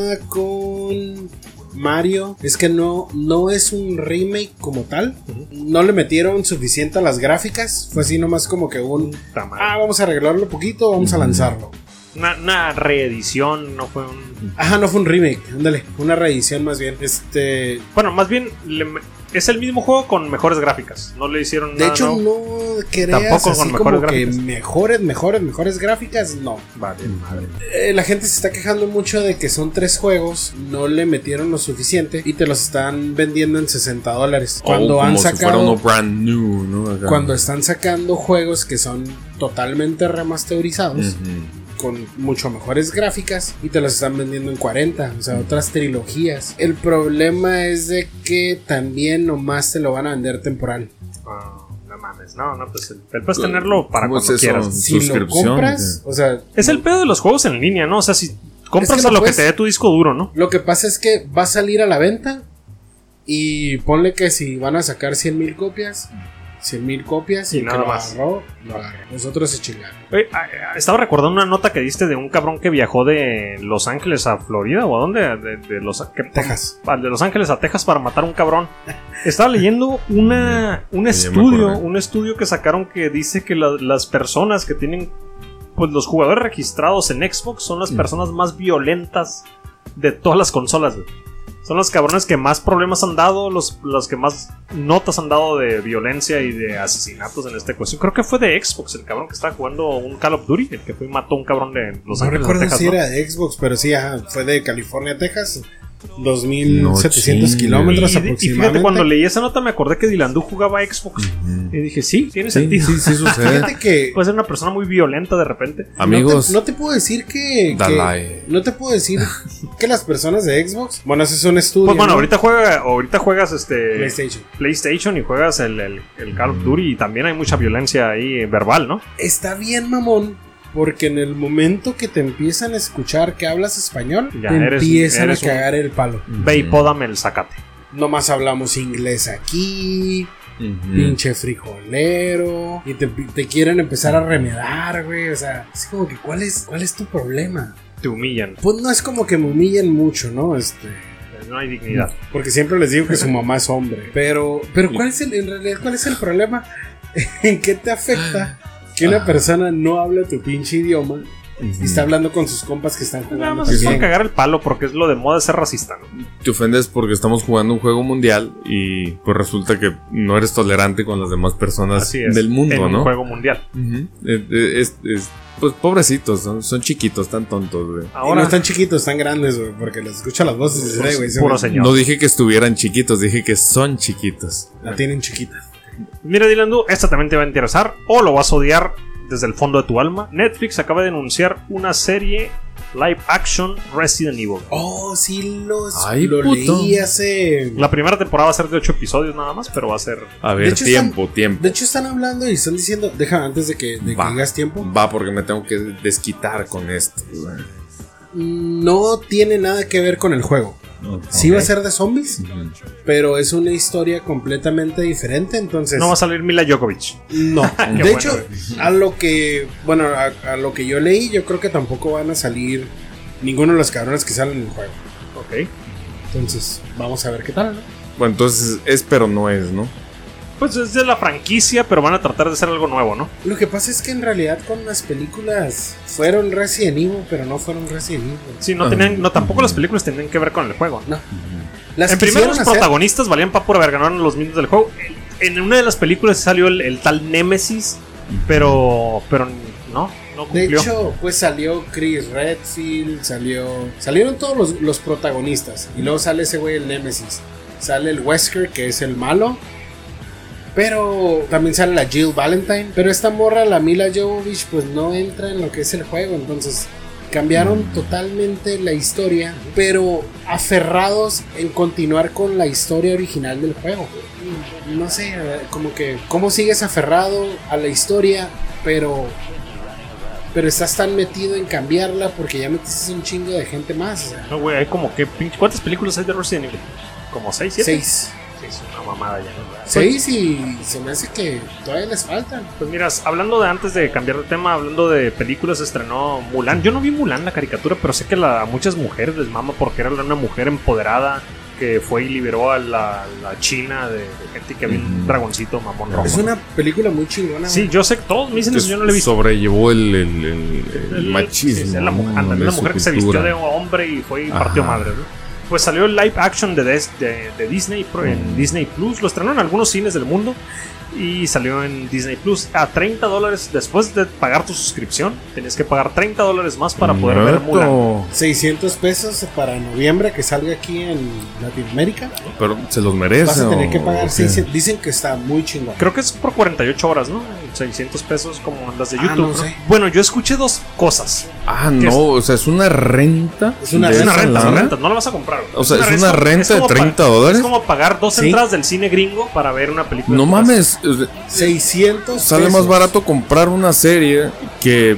S3: con Mario es que no, no es un remake como tal. No le metieron suficiente a las gráficas. Fue así nomás como que un,
S1: Está mal.
S3: ah, vamos a arreglarlo poquito, vamos a lanzarlo.
S1: Una, una reedición, no fue un.
S3: Ajá, no fue un remake, ándale, una reedición más bien. Este,
S1: Bueno, más bien le me- es el mismo juego con mejores gráficas. No le hicieron
S3: de
S1: nada.
S3: hecho
S1: nuevo.
S3: no creas
S1: Tampoco con
S3: así
S1: mejores
S3: como que
S1: gráficas.
S3: mejores, mejores, mejores gráficas, no.
S1: Vale, madre.
S3: Eh, la gente se está quejando mucho de que son tres juegos, no le metieron lo suficiente y te los están vendiendo en 60 dólares.
S2: O
S3: Cuando
S2: Oh, como
S3: han
S2: si fuera uno
S3: sacado,
S2: brand new, ¿no? Acá.
S3: cuando están sacando juegos que son totalmente remasterizados,
S2: Ujú.
S3: con mucho mejores gráficas y te las están vendiendo en 40, o sea, otras trilogías. El problema es de que también nomás te lo van a vender temporal.
S1: Ah, no mames, no, no, pues el, el puedes tenerlo para
S2: ¿Cómo es
S1: cuando
S2: eso?
S1: quieras.
S3: Si lo
S2: Suscripción,
S3: compras, o sea,
S1: Es el pedo de los juegos en línea, ¿no? O sea, si compras
S3: Es que no
S1: a lo
S3: puedes-
S1: que te dé tu disco duro, ¿no?
S3: Lo que pasa es que va a salir a la venta y ponle que si van a sacar 100 mil copias, 100 mil copias
S1: Y
S3: y el que
S1: nada
S3: lo
S1: más.
S3: agarró, lo agarró. Nosotros se chingaron.
S1: Oye, a- a- estaba recordando una nota que diste de un cabrón que viajó de Los Ángeles a Florida o a dónde? De, de los, que-
S3: Texas.
S1: al de Los Ángeles a Texas para matar a un cabrón. Estaba leyendo una, un
S2: me
S1: estudio,
S2: acordé.
S1: un estudio que sacaron que dice que la- las personas que tienen, pues los jugadores registrados en Xbox son
S3: Mm.
S1: las personas más violentas de todas las consolas. güey. Son los cabrones que más problemas han dado, los, los que más notas han dado de violencia y de asesinatos en esta cuestión. Creo que fue de Xbox, el cabrón que estaba jugando un Call of Duty, el que fue y mató a un cabrón de Los
S3: no
S1: Ángeles a
S3: recuerdo
S1: Texas.
S3: si
S1: ¿no?
S3: era de Xbox, pero sí, ajá, fue de California a Texas.
S2: No
S3: 2700
S2: chingues.
S3: kilómetros
S1: Y- y,
S3: aproximadamente.
S1: fíjate, cuando leí esa nota me acordé que Dilandú jugaba a Xbox. Y dije, sí, tiene
S2: Sí,
S1: sentido. [LAUGHS]
S2: sí, sí sucede.
S3: Fíjate que
S1: Puede ser una persona muy violenta de repente.
S2: Amigos,
S3: No te, no te puedo decir que, que-
S2: Dalai.
S3: No te puedo decir que las personas de Xbox. Bueno, ese es un estudio.
S1: Pues bueno,
S3: ¿no?
S1: ahorita, juega, ahorita juegas este
S3: PlayStation.
S1: PlayStation y juegas el, el- el Call of Duty y también hay mucha violencia ahí verbal, ¿no?
S3: está bien mamón. Porque en el momento que te empiezan a escuchar que hablas español,
S1: Ya
S3: te
S1: eres-
S3: empiezan
S1: eres
S3: a cagar el palo.
S1: Ve y pódame el zacate.
S3: Nomás hablamos inglés aquí,
S1: Mm.
S2: Ujú.
S3: pinche frijolero, y te, te quieren empezar a remedar, güey. O sea, es como que, ¿cuál es, cuál es tu problema?
S1: Te humillan.
S3: Pues no es como que me humillen mucho, ¿no? Este.
S1: No hay dignidad.
S3: Porque siempre les digo que su mamá es hombre. Pero, pero ¿cuál es el, en realidad, cuál es el problema? [LAUGHS] ¿En qué te afecta que una
S2: Ah.
S3: persona no habla tu pinche idioma
S2: Ujú.
S3: y está hablando con sus compas que están
S1: Pues nada
S3: jugando?
S1: más es por
S3: también?
S1: cagar el palo porque es lo de moda ser racista, ¿no?
S2: Te ofendes porque estamos jugando un juego mundial y pues resulta que no eres tolerante con las demás personas
S1: Así es.
S2: Pues del mundo,
S1: en
S2: ¿no?
S1: un juego mundial.
S2: Ujú. Eh, eh, es- es- pues pobrecitos, son, son chiquitos, tan tontos, güey.
S3: Y no
S1: Ahora,
S3: están chiquitos, están grandes, güey, porque les escuchan las voces. y dices, "Ay, güey, ese
S1: puro
S3: güey
S1: señor.
S2: No dije que estuvieran chiquitos, dije que son chiquitos.
S3: La tienen chiquita.
S1: Mira, Dylan Du, esta también te va a interesar o lo vas a odiar desde el fondo de tu alma. Netflix acaba de anunciar una serie live action Resident Evil.
S3: Oh, sí, los,
S2: Ay,
S3: lo
S2: puto.
S3: leí hace.
S1: La primera temporada va a ser de 8 episodios nada más, pero va a ser.
S2: A
S3: De
S2: ver,
S3: hecho,
S2: tiempo, tiempo.
S3: De hecho, están hablando y están diciendo. Deja, antes de que, de que
S2: Va.
S3: digas tiempo.
S2: Va porque me tengo que desquitar con esto. güey.
S3: No tiene nada que ver con el juego. Sí va a ser de zombies,
S2: Ujú.
S3: pero es una historia completamente diferente, entonces
S1: No va a salir Mila Djokovic. [LAUGHS]
S3: no.
S1: Qué
S3: de
S1: bueno,
S3: hecho, a lo que bueno, a, a lo que yo leí, yo creo que tampoco van a salir ninguno de los cabrones que salen en el juego.
S1: Ok.
S3: Entonces, vamos a ver qué tal, ¿no?
S2: Bueno, entonces es pero no es, ¿no?
S1: Pues es de la franquicia, pero van a tratar de hacer algo nuevo, ¿no?
S3: Lo que pasa es que en realidad con las películas fueron Resident Evil, pero no fueron Resident Evil.
S1: Sí, no
S2: Ah.
S1: tenían, no tampoco las películas tenían que ver con el juego.
S3: No. Las
S1: en primer los
S3: quisieron hacer-
S1: protagonistas valían para pura ver, ganaron los minutos del juego. En en una de las películas salió el, el tal Nemesis, pero. pero no, no
S3: De
S1: cumplió.
S3: hecho, pues salió Chris Redfield, salió. Salieron todos los, los protagonistas. Y luego sale ese güey, el Nemesis. Sale el Wesker, que es el malo. Pero también sale la Jill Valentine. Pero esta morra, la Mila Jovovich, pues no entra en lo que es el juego. Entonces cambiaron
S1: Mm.
S3: totalmente la historia. Pero aferrados en continuar con la historia original del juego.
S1: Mm.
S3: No sé, como que. ¿Cómo sigues aferrado a la historia? Pero pero estás tan metido en cambiarla porque ya metiste un chingo de gente más. o sea,
S1: No, güey, hay como que pinche. ¿Cuántas películas hay de Resident Evil? Como 6, 7.
S3: seis.
S1: Es una mamada ya, ¿no?
S3: Seis y se me hace que todavía les faltan.
S1: Pues miras, hablando de antes de cambiar de tema, hablando de películas, se estrenó Mulan. Yo no vi Mulan la caricatura, pero sé que la- a muchas mujeres les mama porque era una mujer empoderada que fue y liberó a la, la China de, de gente que había un
S2: Ujú.
S1: dragoncito mamón rojo.
S3: Es una película muy chingona.
S1: Sí, yo sé que todos me dicen eso, yo no la he visto.
S2: Sobrellevó el, el- el- el machismo.
S1: Sí, sí, la, mu-
S2: ¿no?
S1: ándale,
S2: De
S1: la
S2: su
S1: mujer que se
S2: cultura.
S1: vistió de hombre y fue y
S2: Ajá.
S1: partió madre, ¿no? Pues salió el live action de, Des- de- de Disney pro- en
S2: Mm.
S1: Disney Plus. Lo estrenó en algunos cines del mundo y salió en Disney Plus a 30 dólares. Después de pagar tu suscripción, tenías que pagar 30 dólares más para
S2: Mm,
S1: poder ver
S2: Nato.
S1: Mulan.
S3: 600 pesos para noviembre que salga aquí en Latinoamérica.
S2: Pero se los merece.
S3: Vas a tener
S2: o
S3: que pagar
S2: qué?
S3: 600. Dicen que está muy chingona.
S1: Creo que es por 48 horas, ¿no? 600 pesos como las de
S3: Ah,
S1: YouTube.
S3: no
S1: ¿no?
S3: sé.
S1: Bueno, yo escuché dos cosas.
S2: Ah,
S1: ¿Qué es?
S2: no, o sea, es una renta.
S3: Es una
S2: de
S1: Es una
S2: esa
S1: renta, es
S2: lana.
S1: una renta, no la vas a comprar. güey.
S2: O sea, es una
S1: como-
S2: renta de
S1: como pa-
S2: 30 dólares.
S1: Es como pagar dos
S3: Sí.
S1: entradas del cine gringo para ver una película.
S2: No
S1: en tu casa.
S2: mames, o sea,
S3: 600
S2: sale
S3: pesos.
S2: más barato comprar una serie que.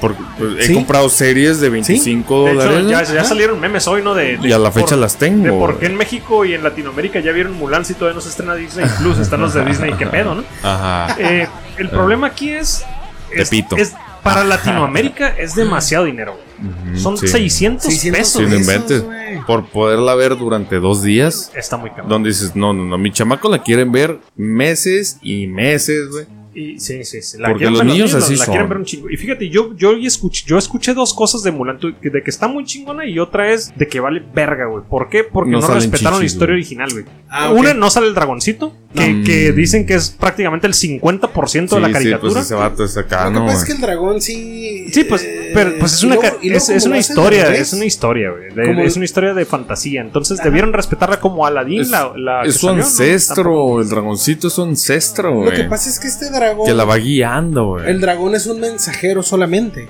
S2: Porque pues, he
S3: Sí.
S2: comprado series de 25
S1: De hecho,
S2: dólares.
S1: ya,
S2: ¿no?
S1: ya salieron memes hoy, ¿no? De, de
S2: Oh, Y a la fecha
S1: por-
S2: las tengo,
S1: De por
S2: güey.
S1: qué en México y en Latinoamérica ya vieron Mulan si todavía no se estrena Disney Plus. Están los de Disney, qué pedo, ¿no?
S2: Ajá.
S1: Eh, el problema aquí es. es-
S2: Tepito.
S1: es- para Latinoamérica es demasiado dinero. güey.
S2: Ujú,
S1: Son
S2: sí.
S1: 600,
S3: 600
S1: pesos.
S2: Si no
S3: pesos,
S2: inventes.
S3: güey.
S2: Por poderla ver durante dos días.
S1: Está muy caro.
S2: Donde dices, no, no, no, mi chamaco la quieren ver meses y meses, güey.
S1: Y, sí, sí, sí.
S2: Porque
S1: quieren
S2: los
S1: ver
S2: niños así
S1: la
S2: son.
S1: quieren ver un chingo. Y fíjate, yo, yo, hoy escuché, yo escuché dos cosas de Mulan, tu- de que está muy chingona y otra es de que vale verga, güey. ¿Por qué? Porque
S2: No
S1: no,
S2: salen
S1: respetaron la
S2: chichis,
S1: historia
S2: güey.
S1: original, güey.
S3: Ah, ok.
S1: Una, no sale el dragoncito, que,
S2: No.
S1: que dicen que es prácticamente el 50% de la
S2: Sí, sí,
S1: caricatura.
S2: pues ese vato es acá,
S3: Lo que
S2: ¿no?
S3: pasa es
S2: güey?
S3: que el dragón sí.
S1: Sí, pues,
S3: eh,
S1: pero, pues es
S3: y
S1: una,
S3: luego-
S1: ca-
S3: y luego
S1: es, es
S3: como
S1: una
S3: lo hacen
S1: historia,
S3: al revés,
S1: es una historia, güey. De-
S3: Como-
S1: Es una historia de fantasía. Entonces debieron respetarla como Aladdin,
S2: Es-
S1: la,
S3: Ah,
S1: la que
S2: es su
S1: salió, ¿no?
S2: ancestro, el dragoncito es su ancestro,
S3: Lo que
S2: güey.
S3: pasa es que este dragón.
S2: Que la va guiando, güey.
S3: El dragón es un mensajero solamente.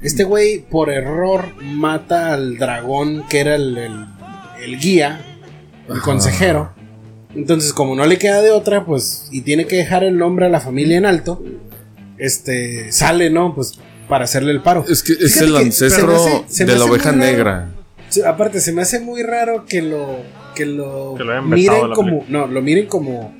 S3: Este güey, por error, mata al dragón que era el, el- el guía, el consejero. Entonces, como no le queda de otra, pues, y tiene que dejar el nombre a la familia en alto, este, sale, ¿no? Pues, para hacerle el paro.
S2: Es que es
S3: Fíjate
S2: el
S3: que
S2: ancestro
S3: se me hace- se me
S2: de la
S3: hace muy
S2: oveja
S3: raro.
S2: negra.
S3: Sí, Aparte, se me hace muy raro que lo, que lo,
S1: Que lo hayan vetado de
S3: miren
S1: la
S3: como, no, lo miren como,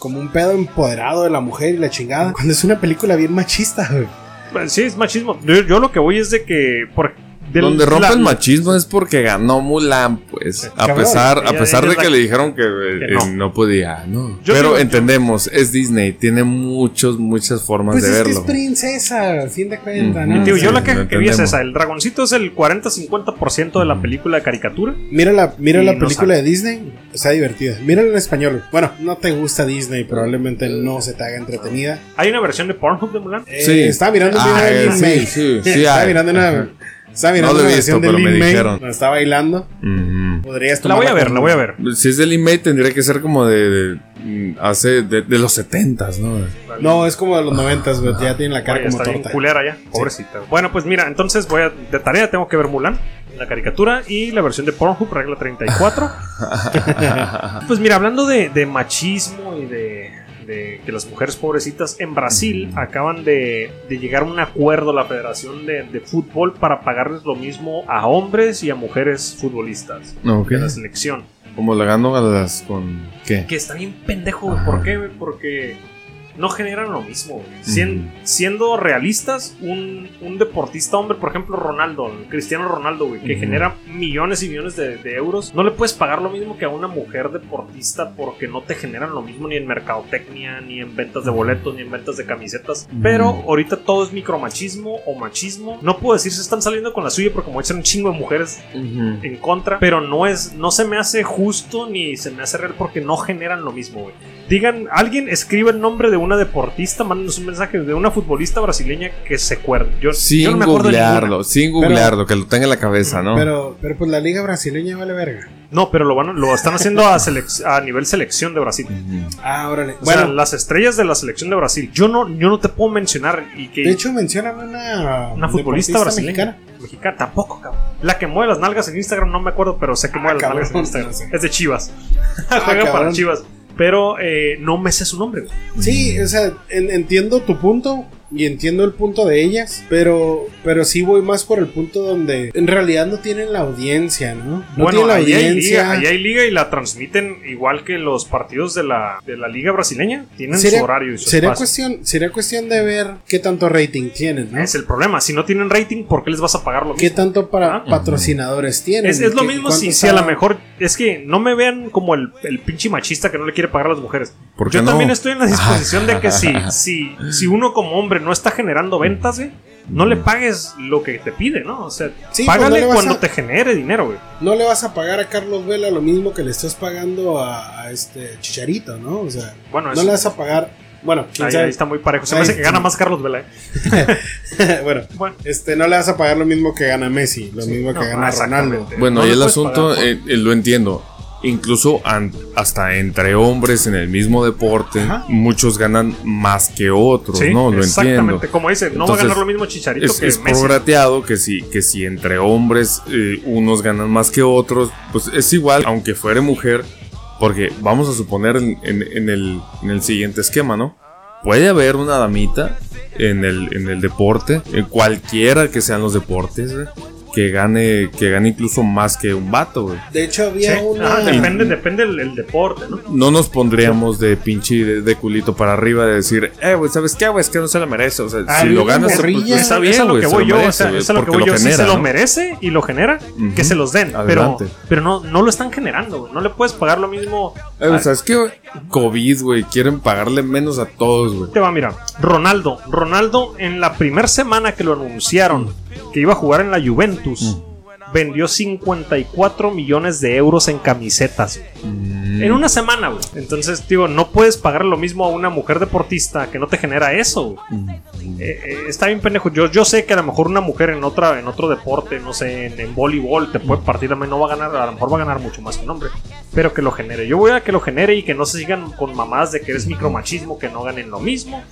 S3: como un pedo empoderado de la mujer y la chingada. Cuando es una película bien machista, güey.
S1: Pues Sí, es machismo. Yo, yo lo que voy es de que. Por, del-
S2: Donde rompe
S1: la-
S2: el machismo es porque ganó Mulan, pues. A
S3: cabrón.
S2: pesar, a
S1: Ella-
S2: pesar
S1: ella
S2: de
S1: es la-
S2: que le dijeron que, eh,
S1: Que no.
S2: eh, no podía, ¿no?
S1: Yo
S2: Pero
S1: digo-
S2: entendemos, es Disney, tiene muchos, muchas formas
S3: Pues
S2: de
S3: es
S2: verlo.
S3: que es princesa, a fin de cuentas,
S2: Ujú.
S3: ¿no?
S1: Digo, yo
S2: Sí,
S1: la
S2: lo
S1: queja que vi es
S2: entendemos.
S1: esa. El dragoncito es el 40-50% de la película de caricatura.
S3: Mira la, mira
S1: Y
S3: la
S1: no
S3: película
S1: sale.
S3: de Disney, está divertida. Mírala en español. Bueno, no te gusta Disney, probablemente no se te haga entretenida.
S1: Hay una versión de Pornhub de Mulan.
S3: Eh,
S2: Sí.
S3: Estaba mirando un video
S2: Ah,
S3: de
S2: eh,
S3: Lin
S2: sí,
S3: May. [LAUGHS]
S2: sí, sí,
S3: estaba
S2: hay.
S3: mirando una,
S2: Ajá.
S3: estaba mirando
S2: No lo
S3: una
S2: he
S3: versión
S2: visto,
S3: de
S2: pero me
S3: Lin May.
S2: dijeron.
S3: donde Está bailando.
S2: Ujú.
S3: Podrías
S1: La voy a
S3: tomarla
S1: ver,
S3: como-
S1: la voy a ver.
S2: Si es del remake tendría que ser como de, de, mm, hace de, de los setentas, ¿no?
S3: No, es como de los noventas, güey. Ya tiene la cara
S1: Oye,
S3: como
S1: está bien
S3: torta.
S1: culera ya, pobrecita. Bueno, pues mira, entonces voy a. De tarea tengo que ver Mulan, la caricatura y la versión de Pornhub, regla
S2: [LAUGHS]
S1: 34. pues mira, hablando de, de machismo y de, de que las mujeres pobrecitas en Brasil acaban de, de llegar a un acuerdo la Federación de, de Fútbol para pagarles lo mismo a hombres y a mujeres futbolistas
S2: No, ¿qué?
S1: de la selección.
S2: Como la ganó a las con. ¿Qué?
S1: Que está bien pendejo, güey. ¿Por qué, güey? Porque no generan lo mismo, güey. Sien- siendo realistas, un, un deportista hombre, por ejemplo, Ronaldo, el Cristiano Ronaldo, güey, que
S2: Ujú.
S1: genera millones y millones de, de euros, no le puedes pagar lo mismo que a una mujer deportista porque no te generan lo mismo ni en mercadotecnia, ni en ventas de boletos, ni en ventas de camisetas. Pero
S2: Ujú.
S1: ahorita todo es micromachismo o machismo. No puedo decir se están saliendo con la suya porque como echan un chingo de mujeres
S2: Ujú.
S1: en contra, pero no es, no se me hace justo ni se me hace real porque no generan lo mismo, güey. Digan, alguien escriba el nombre de una deportista, mándenos un mensaje de una futbolista brasileña que se acuerde. Yo, yo
S2: Sin
S1: no me acuerdo de ninguna.
S2: googlearlo, sin googlearlo, que lo tenga en la cabeza, ¿no?
S3: Pero, pero pues la liga brasileña vale verga.
S1: No, pero lo van, a- lo están haciendo a, selec- a nivel selección de Brasil.
S2: Ujú.
S3: Ah, órale.
S1: O
S3: bueno,
S1: sea, las estrellas de la selección de Brasil. Yo no, yo no te puedo mencionar y que
S3: de hecho, mencioname una.
S1: una futbolista
S3: deportista
S1: brasileña. Mexicana. tampoco, cabrón. La que mueve las nalgas en Instagram, no me acuerdo, pero sé que mueve las
S3: Ah, cabrón,
S1: nalgas en Instagram.
S3: no sé.
S1: Es de Chivas. [LAUGHS]
S3: Ah,
S1: Juega para
S3: cabrón.
S1: Chivas. Pero eh, no me sé su nombre, güey.
S3: Sí, o sea, en- entiendo tu punto y entiendo el punto de ellas, pero, pero sí voy más por el punto donde en realidad no tienen la audiencia, ¿no? No tienen la
S1: ahí hay, liga,
S3: audiencia.
S1: ahí hay liga y la transmiten igual que los partidos de la, de la liga brasileña. Tienen
S3: sería,
S1: su horario y su
S3: sería
S1: espacio.
S3: cuestión, sería cuestión de ver qué tanto rating tienen, ¿no?
S1: Es el problema. Si no tienen rating, ¿por qué les vas a pagar lo
S3: ¿Qué
S1: mismo?
S3: tanto para
S1: Ah.
S3: patrocinadores tienen?
S1: Es, es lo
S3: ¿Qué-
S1: mismo
S3: cuánto
S1: si, si a
S3: está-
S1: lo mejor es que no me vean como el, el pinche machista que no le quiere pagar a las mujeres.
S2: ¿Por qué
S1: Yo
S2: no?
S1: también estoy
S2: [LAUGHS]
S1: en la disposición de que si, si, si uno como hombre no está generando ventas, güey, no le pagues lo que te pide, ¿no? O sea,
S3: Sí, pues, no
S1: págale
S3: le vas
S1: cuando
S3: a-
S1: te genere dinero, güey.
S3: No le vas a pagar a Carlos Vela lo mismo que le estás pagando a, a este Chicharito, ¿no? O sea,
S1: Bueno,
S3: no
S1: es-
S3: le vas a pagar. Bueno, quién
S1: ahí,
S3: sabe.
S1: ahí está muy parejo. Se me
S3: Ahí
S1: hace que
S3: está.
S1: gana más Carlos Vela. ¿eh?
S3: [LAUGHS] bueno,
S1: Bueno.
S3: Este, no le vas a pagar lo mismo que gana Messi, lo mismo
S1: No,
S3: que
S1: ah,
S3: gana
S1: exactamente.
S3: Ronaldo.
S2: Bueno,
S1: No
S2: y
S1: le
S2: el
S1: puedes
S2: asunto,
S1: pagar,
S2: eh, eh, lo entiendo. incluso an- hasta entre hombres en el mismo deporte,
S3: Ajá.
S2: muchos ganan más que otros,
S1: Sí,
S2: pues, ¿no? Lo
S1: exactamente.
S2: entiendo.
S1: Como dice, no va a
S2: Entonces,
S1: ganar lo mismo Chicharito
S2: Es,
S1: que
S2: es
S1: Messi.
S2: prorrateado que si, que si entre hombres eh, unos ganan más que otros, pues es igual, aunque fuere mujer, porque vamos a suponer en, en- en el, en el siguiente esquema, ¿no? Puede haber una damita en el, en el deporte, en cualquiera que sean los deportes, güey, que gane, que gane incluso más que un vato, güey.
S3: De hecho,
S1: Sí.
S3: había una.
S1: Ah, depende, depende el, el deporte, ¿no?
S2: No nos pondríamos de pinche de, de culito para arriba de decir, eh, güey, ¿sabes qué, güey? Es que no se la merece. O sea,
S3: Ah,
S2: si
S3: había
S2: lo
S3: una
S2: ganas,
S3: morrilla.
S2: pues,
S1: Esa-
S2: está bien,
S1: es a lo
S2: güey,
S1: que
S2: se
S1: voy yo,
S2: merece,
S1: o sea,
S2: güey,
S1: es a lo que
S2: porque
S1: voy yo. si
S2: genera,
S1: se lo
S2: ¿no?
S1: merece y lo genera, que
S2: Ujú.
S1: se los den. Pero,
S2: Adelante.
S1: pero no, no lo están generando, güey. No le puedes pagar lo mismo.
S2: Eh, o sea, es que COVID, güey, quieren pagarle menos a todos, güey.
S1: Te va, mira. Ronaldo. Ronaldo, en la primera semana que lo anunciaron que iba a jugar en la Juventus, vendió 54 millones de euros en camisetas. güey. En una semana, güey. Entonces, digo, no puedes pagar lo mismo a una mujer deportista que no te genera eso. güey.
S3: Mm.
S1: Eh, eh, está bien pendejo. Yo, yo sé que a lo mejor una mujer en otra en otro deporte, no sé, en, en voleibol, te puede partir la madre, no va a ganar, a lo mejor va a ganar mucho más que un hombre, pero que lo genere. Yo voy a que lo genere y que no se sigan con mamás de que eres micromachismo, que no ganen lo mismo,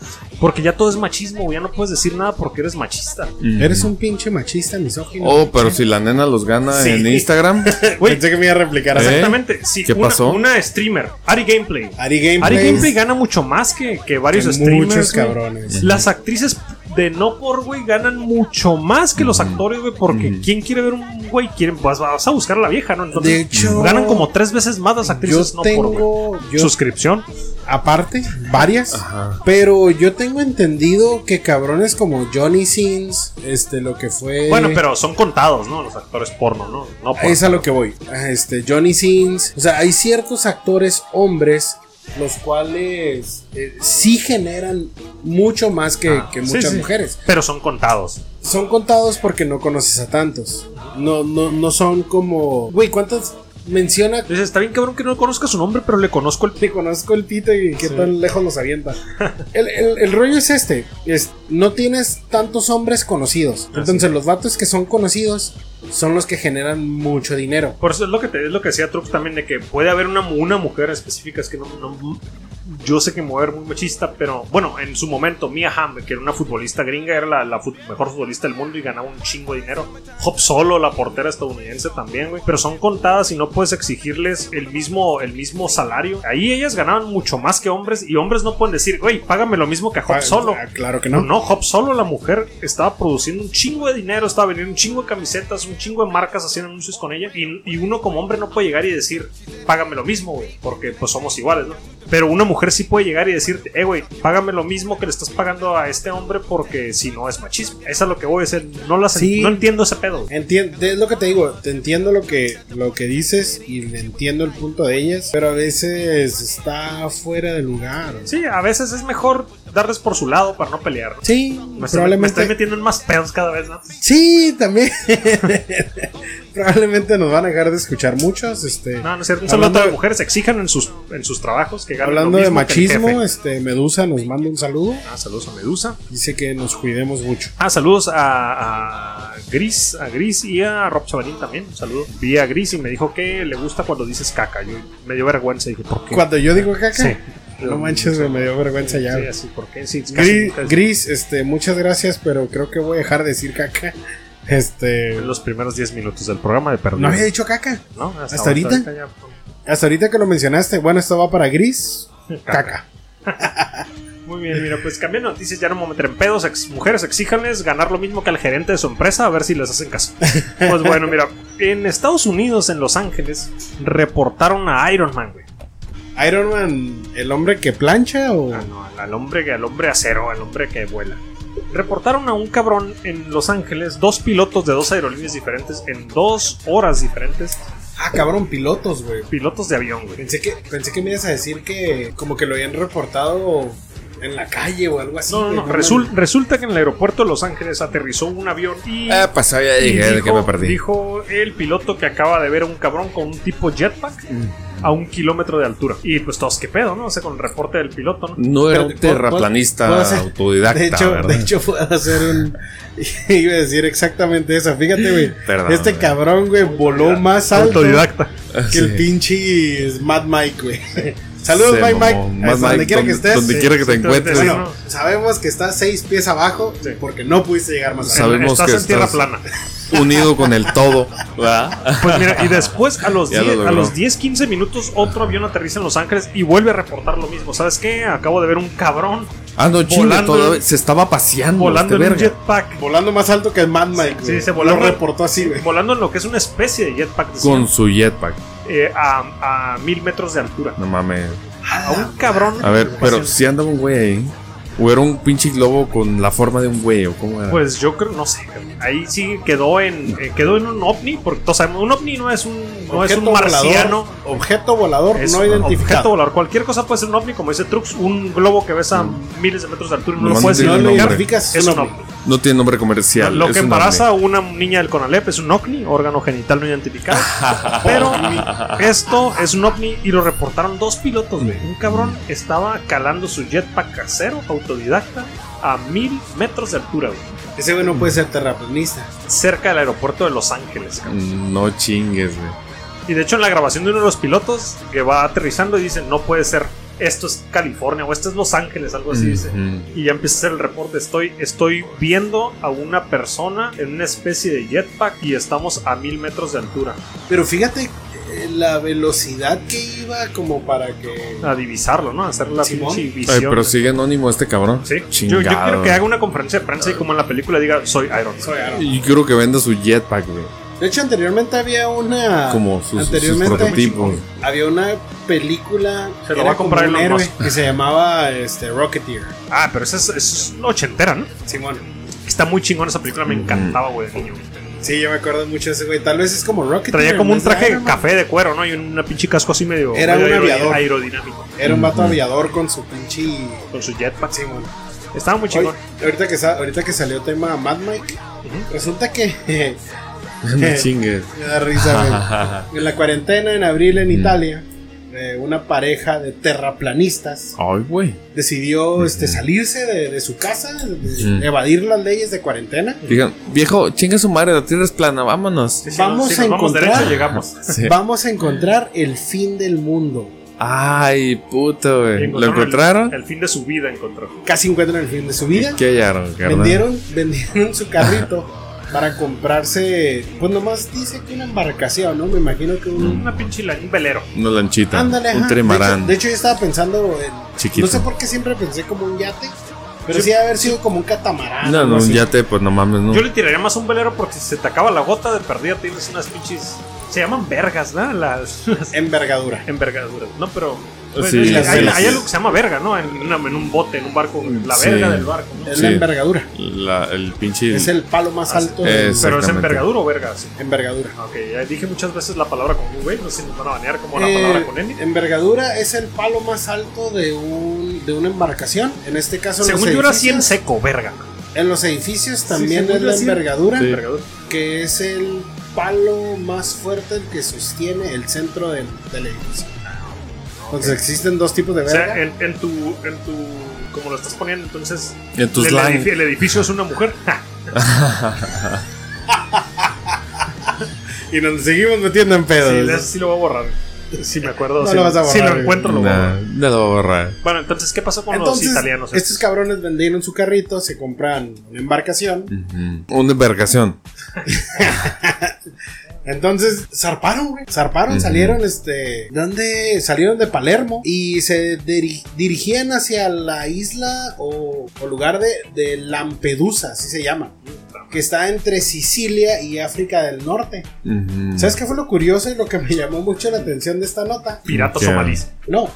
S1: porque ya todo es machismo, ya no puedes decir nada porque eres machista. [LAUGHS]
S3: Eres un pinche machista misógino.
S2: Oh, pero si la nena los gana
S1: Sí.
S2: en Instagram,
S1: Güey,
S3: Pensé que me iba a replicar. así.
S1: exactamente, sí,
S2: ¿eh? ¿Qué
S1: una,
S2: pasó?
S1: una streamer, Ari Gameplay.
S3: Ari Gameplay.
S1: Ari Gameplay gana mucho más que, que varios
S3: Que
S1: streamers.
S3: muchos
S1: güey.
S3: cabrones.
S1: Las actrices de no por, güey, ganan mucho más que los actores, güey, porque ¿quién quiere ver un güey? Quieren, vas, vas a buscar a la vieja, ¿no? Entonces,
S3: De hecho,
S1: ganan como tres veces más las actrices
S3: yo
S1: no por, güey.
S3: tengo. yo-
S1: Suscripción.
S3: aparte, varias.
S2: Ajá.
S3: Pero yo tengo entendido que cabrones como Johnny Sins, este, lo que fue.
S1: Bueno, pero son contados, ¿no? Los actores porno, ¿no? No por-
S3: Es a lo que voy. Este, Johnny Sins. O sea, hay ciertos actores hombres los cuales eh, sí generan mucho más que,
S1: Ah,
S3: que
S1: sí,
S3: muchas
S1: sí.
S3: mujeres.
S1: Pero son contados.
S3: Son contados porque no conoces a tantos. No, no, no son como. Güey, ¿cuántas menciona?
S1: Dices, está bien cabrón que no conozca su nombre, pero le conozco el
S3: Te conozco el pito y qué tan lejos
S1: [LAUGHS]
S3: nos avienta. El, el- el rollo es este: es, no tienes tantos hombres conocidos. Entonces, los vatos que son conocidos son los que generan mucho dinero.
S1: Por eso es lo que, te- es lo que decía Trux también, de que puede haber una, mu- una mujer específica, es que no, no- yo sé que me voy a ver muy machista, pero bueno, en su momento Mia Hamm, que era una futbolista gringa, era la, la fut- mejor futbolista del mundo y ganaba un chingo de dinero. Hop Solo, la portera estadounidense también, güey. Pero son contadas y no puedes exigirles el mismo, el mismo salario. Ahí ellas ganaban mucho más que hombres y hombres no pueden decir, güey, págame lo mismo que a Hop
S3: Ah,
S1: Solo.
S3: ah, Claro que
S1: No,
S3: no.
S1: Pues no, Hop solo la mujer estaba produciendo un chingo de dinero, estaba vendiendo un chingo de camisetas, un chingo de marcas haciendo anuncios con ella. Y, y uno como hombre no puede llegar y decir, págame lo mismo, güey, porque pues somos iguales, ¿no? Pero una mujer sí puede llegar y decirte, eh, güey, págame lo mismo que le estás pagando a este hombre porque si no es machismo. Esa es a lo que voy a decir, no, las,
S3: Sí.
S1: no entiendo ese pedo. güey.
S3: Entiendo, es lo que te digo, te entiendo lo que, lo que dices y le entiendo el punto de ellas, pero a veces está fuera de lugar. Sí,
S1: Sí, a veces es mejor darles por su lado para no pelear. ¿no? Me estoy, me
S3: probablemente.
S1: estoy metiendo en más pedos cada vez, ¿no?
S3: sí, también. [LAUGHS] probablemente nos van a dejar de escuchar muchos. Este,
S1: No, no es cierto. Un
S3: Hablando
S1: saludo a todas
S3: de-
S1: las mujeres, exijan en sus, en sus trabajos que ganen lo
S3: hablando de
S1: mismo que el jefe.
S3: machismo, este, Medusa nos manda un saludo.
S1: Ah, saludos a Medusa.
S3: Dice que nos cuidemos mucho.
S1: Ah, saludos a, a Gris, a Gris y a Rob Sabarín también. Un saludo. Vi a Gris y me dijo que le gusta cuando dices caca. Yo me dio vergüenza y dije, ¿por qué?
S3: Cuando yo digo caca,
S1: Sí.
S3: no manches, güey, me dio vergüenza ya.
S1: Sí, así, ¿por qué? Sí, es casi
S3: Gris,
S1: nunca es-
S3: Gris, este, muchas gracias, pero creo que voy a dejar de decir caca. Este,
S1: en los primeros 10 minutos del programa de perdón.
S3: no había dicho caca.
S1: ¿no?
S3: hasta ahorita. Hasta ahorita que lo mencionaste, bueno, esto va para gris.
S1: ya-
S3: Caca.
S1: Muy bien, mira, pues cambiando noticias, ya no me meter en pedos. Ex- mujeres, exíjanles ganar lo mismo que al gerente de su empresa, a ver si les hacen
S3: [LAUGHS]
S1: caso. Pues bueno, mira, en Estados Unidos, en Los Ángeles, reportaron a Iron Man, güey.
S3: Iron Man, el hombre que plancha o
S1: Ah, no, al- al hombre, al hombre acero, al hombre que vuela. Reportaron a un cabrón en Los Ángeles, dos pilotos de dos aerolíneas diferentes, en dos horas diferentes,
S3: ah, cabrón, pilotos, güey.
S1: pilotos de avión, güey.
S3: Pensé que pensé que me ibas a decir que como que lo habían reportado en la calle o algo así.
S1: No, no,
S3: güey,
S1: no.
S3: mames.
S1: resul- resulta que en el aeropuerto de Los Ángeles aterrizó un avión y.
S2: eh, pues ahí ya
S1: y
S2: llegué, de
S1: dijo,
S2: que me perdí.
S1: dijo el piloto que acaba de ver a un cabrón con un tipo jetpack a un kilómetro de altura. Y pues todos, ¿qué pedo, no? O sea, con el reporte del piloto, ¿no?
S2: No era un
S3: Pero, ¿puedo- puedo
S2: terraplanista
S3: hacer-
S2: autodidacta,
S3: De hecho,
S2: ¿verdad?
S3: de hecho puedo hacer un. [LAUGHS] Iba a decir exactamente eso. Fíjate, güey.
S2: Perdón,
S3: Este
S2: güey.
S3: cabrón, güey, voló más alto
S1: Autodidacta.
S3: que el
S2: Ah, Sí.
S3: pinche Mad Mike, güey.
S2: [LAUGHS]
S3: Saludos,
S2: Se
S3: Mike Mike.
S2: mamó.
S3: Es
S2: Mad
S3: donde
S2: Mike,
S3: quiera que
S2: donde-
S3: estés.
S2: Donde quiera que te
S1: Sí, entonces,
S2: encuentres.
S1: bueno,
S3: Bueno, sabemos que estás seis pies abajo
S1: Sí.
S3: porque no pudiste llegar más alto.
S2: Sabe- Sabemos
S1: estás
S2: que
S1: en tierra
S2: estás-
S1: plana.
S2: unido con el todo, ¿verdad?
S1: Pues mira, y después a los,
S2: [LAUGHS] Ya lo
S1: 10, a
S2: logró.
S1: los 10, 15 minutos otro avión aterriza en Los Ángeles y vuelve a reportar lo mismo. ¿Sabes qué? Acabo de ver un cabrón
S2: Ah, no, chinga,
S1: Volando-
S2: todavía se estaba paseando.
S1: volando
S2: este
S1: en un
S2: verga.
S1: jetpack.
S3: Volando más alto que el Mad Mike.
S1: Sí,
S3: güey.
S1: se voló.
S3: Lo reportó así, güey.
S1: Volando en lo que es una especie de jetpack de
S2: Con su jetpack.
S1: eh, a, a mil metros de altura.
S2: No mames.
S1: A un cabrón.
S2: Ah, A ver, pero
S1: Pasión.
S2: si andaba un güey ahí. O era un pinche globo con la forma de un güey, o cómo era.
S1: Pues yo creo, no sé. Ahí sí quedó en eh, quedó en un ovni, porque todos sabemos, un ovni no es un no es un marciano.
S3: Volador, objeto volador
S1: Es
S3: no
S1: un objeto
S3: identificado.
S1: volador. Cualquier cosa puede ser un ovni, como dice Trux, un globo que ves a
S2: Mm.
S1: miles de metros de altura y no
S2: Nomás
S1: lo
S2: no
S1: puedes
S2: tiene
S3: no lo
S2: nombre.
S1: identificar.
S3: identificas,
S1: Es un
S3: ovni.
S1: ovni.
S2: no tiene nombre comercial.
S1: Lo
S2: es
S1: que
S2: un
S1: embaraza a
S2: ovni.
S1: una niña del Conalep es un OCNI, órgano genital no
S2: [LAUGHS]
S1: identificado. pero esto es un OVNI y lo reportaron dos pilotos, güey. Un cabrón estaba calando su jetpack casero, autodidacta, a mil metros de altura, güey.
S3: Ese güey no puede ser terraplanista.
S1: Cerca del aeropuerto de Los Ángeles, cabrón.
S2: No chingues, güey.
S1: Y de hecho en la grabación de uno de los pilotos que va aterrizando y dice, no puede ser, esto es California o esto es Los Ángeles,
S3: Pues
S1: algo así dice.
S2: Ujú.
S1: Y ya empieza a hacer el reporte. Estoy, estoy viendo a una persona en una especie de jetpack y estamos a mil metros de altura.
S3: Pero fíjate eh, la velocidad que iba como para que.
S1: A divisarlo, ¿no? A hacer la
S3: Simón.
S1: pinche
S2: Ay,
S1: visión.
S2: pero sigue anónimo este cabrón.
S1: Sí. Yo,
S2: Chingado.
S1: yo quiero que haga una conferencia de prensa y como en la película diga, soy Iron Man.
S3: Soy Aaron.
S2: Y creo que venda su jetpack, güey. [LAUGHS]
S3: De hecho, anteriormente había una.
S2: Como sus- sus
S3: anteriormente
S2: prototipos.
S3: Había una película.
S1: Se lo va
S3: que
S1: a
S3: era como
S1: comprar
S3: un
S1: Elon
S3: héroe
S1: Musk.
S3: Que se llamaba este, Rocketeer.
S1: Ah, pero esa es, esa es ochentera, ¿no?
S3: Simón.
S1: Está muy chingón esa película, me encantaba, güey, de niño.
S3: Sí, yo me acuerdo mucho de ese güey. Tal vez es como Rocketeer.
S1: Traía como
S3: en
S1: un
S3: vez de
S1: traje
S3: Iron Man.
S1: café de cuero, ¿no? Y una pinche casco así medio,
S3: Era
S1: medio
S3: un
S1: aerodi-
S3: aviador.
S1: aerodinámico.
S3: Era un vato aviador con su pinche.
S1: Con su jetpack.
S3: Simón.
S1: Estaba muy chingón.
S3: Oye, ahorita, que sa- ahorita que salió tema Mad Mike,
S1: Ujú.
S3: resulta que. [LAUGHS]
S2: No chingues.
S3: me da
S2: [LAUGHS]
S3: risa, güey. En la cuarentena, en abril,
S2: Mm.
S3: en Italia, eh, una pareja de terraplanistas
S2: Ay, güey.
S3: decidió este, salirse de, de su casa, de- de
S2: Mm.
S3: evadir las leyes de cuarentena.
S2: Digan, viejo, chinga su madre, la tierra es plana, vámonos.
S1: Sí,
S3: Vamos
S1: sí, nos vamos
S3: a encontrar-
S1: derecho, llegamos.
S2: Sí.
S3: Vamos a encontrar el fin del mundo.
S2: Ay, puto,
S1: Y
S2: güey. ¿Lo encontraron?
S1: El, el fin de su vida encontró.
S3: Casi encuentran el fin de su vida.
S2: ¿Qué hallaron, carnal?
S3: Vendieron, vendieron su carrito para comprarse, pues nomás dice que una embarcación, ¿no? Me imagino que un,
S1: Una pinche la- un velero.
S2: Una lanchita.
S3: Ándale,
S2: Mm. un
S3: ajá.
S2: trimarán.
S3: De hecho, de hecho, yo estaba pensando en.
S2: Chiquito.
S3: No sé por qué siempre pensé como un yate. Pero sí, debe haber sido como un catamarán.
S2: no,
S3: algo
S2: no, un
S3: así.
S2: yate, pues no mames, no.
S1: Yo le tiraría más un velero porque si se te acaba la gota de perdida tienes unas pinches. Se llaman vergas, ¿no? Las, [LAUGHS] las
S3: Envergadura.
S1: envergaduras. No, pero. bueno,
S2: Sí,
S1: es que
S3: sí,
S1: hay,
S3: sí.
S1: hay algo que se llama verga, ¿no? En, una- en un bote, en un barco. La
S2: Sí.
S1: verga del barco. ¿no?
S3: Es la
S2: Sí.
S3: envergadura.
S2: La- el pinche.
S3: Es el palo más alto. del-
S2: es-
S1: Pero es
S2: Exactamente.
S1: envergadura o verga, sí.
S3: Envergadura.
S1: Ok, ya dije muchas veces la palabra con V, no sé si nos van a banear como la
S3: Eh,
S1: palabra con N.
S3: envergadura es el palo más alto de un de una embarcación. En este caso, en
S1: Según
S3: los
S1: yo era 100
S3: edificios-
S1: seco, verga.
S3: En los edificios también
S1: según
S3: es
S1: yo
S3: la
S1: sí.
S3: envergadura,
S2: Sí.
S1: Envergadura.
S3: que es el palo más fuerte el que sostiene el centro del, del edificio. Entonces existen dos tipos de
S1: O
S3: verga.
S1: sea, en, en tu. En tu como lo estás poniendo, entonces.
S2: En tus
S1: el,
S2: line.
S1: edifi- el edificio es una mujer. [LAUGHS]
S3: Y nos seguimos metiendo en pedos.
S1: Sí, de eso sí lo voy a borrar. Si me acuerdo.
S3: No
S1: si,
S3: lo vas a
S1: si
S3: borrar,
S1: lo encuentro, lo
S2: Nah,
S1: borro.
S2: no lo voy a borrar.
S1: Bueno, entonces, ¿qué pasó con
S3: Entonces, este
S1: los italianos? eh.
S3: estos cabrones vendieron su carrito, se compran una embarcación.
S2: Ujú. Una embarcación.
S3: Entonces, zarparon, güey. Zarparon,
S2: Ujú.
S3: salieron, este. ¿Dónde? Salieron de Palermo y se diri- dirigían hacia la isla o, o lugar de, de Lampedusa, así se llama. Que está entre Sicilia y África del Norte.
S2: Ujú.
S3: ¿Sabes qué fue lo curioso y lo que me llamó mucho la atención de esta nota?
S1: Piratas
S2: Ya.
S1: somalíes.
S3: No,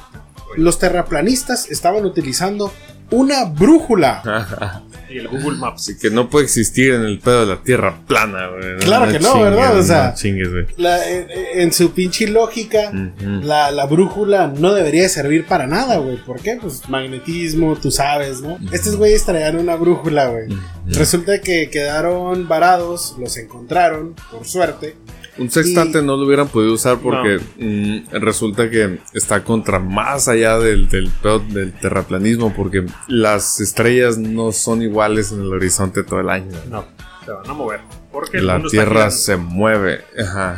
S3: los terraplanistas estaban utilizando una brújula.
S2: Ah.
S1: Y el Google Maps.
S2: Así que no puede existir en el pedo de la tierra plana, güey.
S3: Claro que no, ¿verdad? O sea-
S2: no chingues, güey.
S3: La- en, en su pinche lógica,
S2: Ujú.
S3: la, la brújula no debería de servir para nada, güey. ¿Por qué? Pues magnetismo, tú sabes, ¿no? Estos güeyes traían una brújula, güey. Resulta que quedaron varados, los encontraron, por suerte.
S2: Un sextante no lo hubieran podido usar porque mm, resulta que está contra más allá del, del, pedo del terraplanismo porque las estrellas no son iguales en el horizonte todo el año.
S1: No, se van a mover. Porque el
S2: La
S1: mundo está
S2: Tierra
S1: girando.
S2: se mueve. Ajá.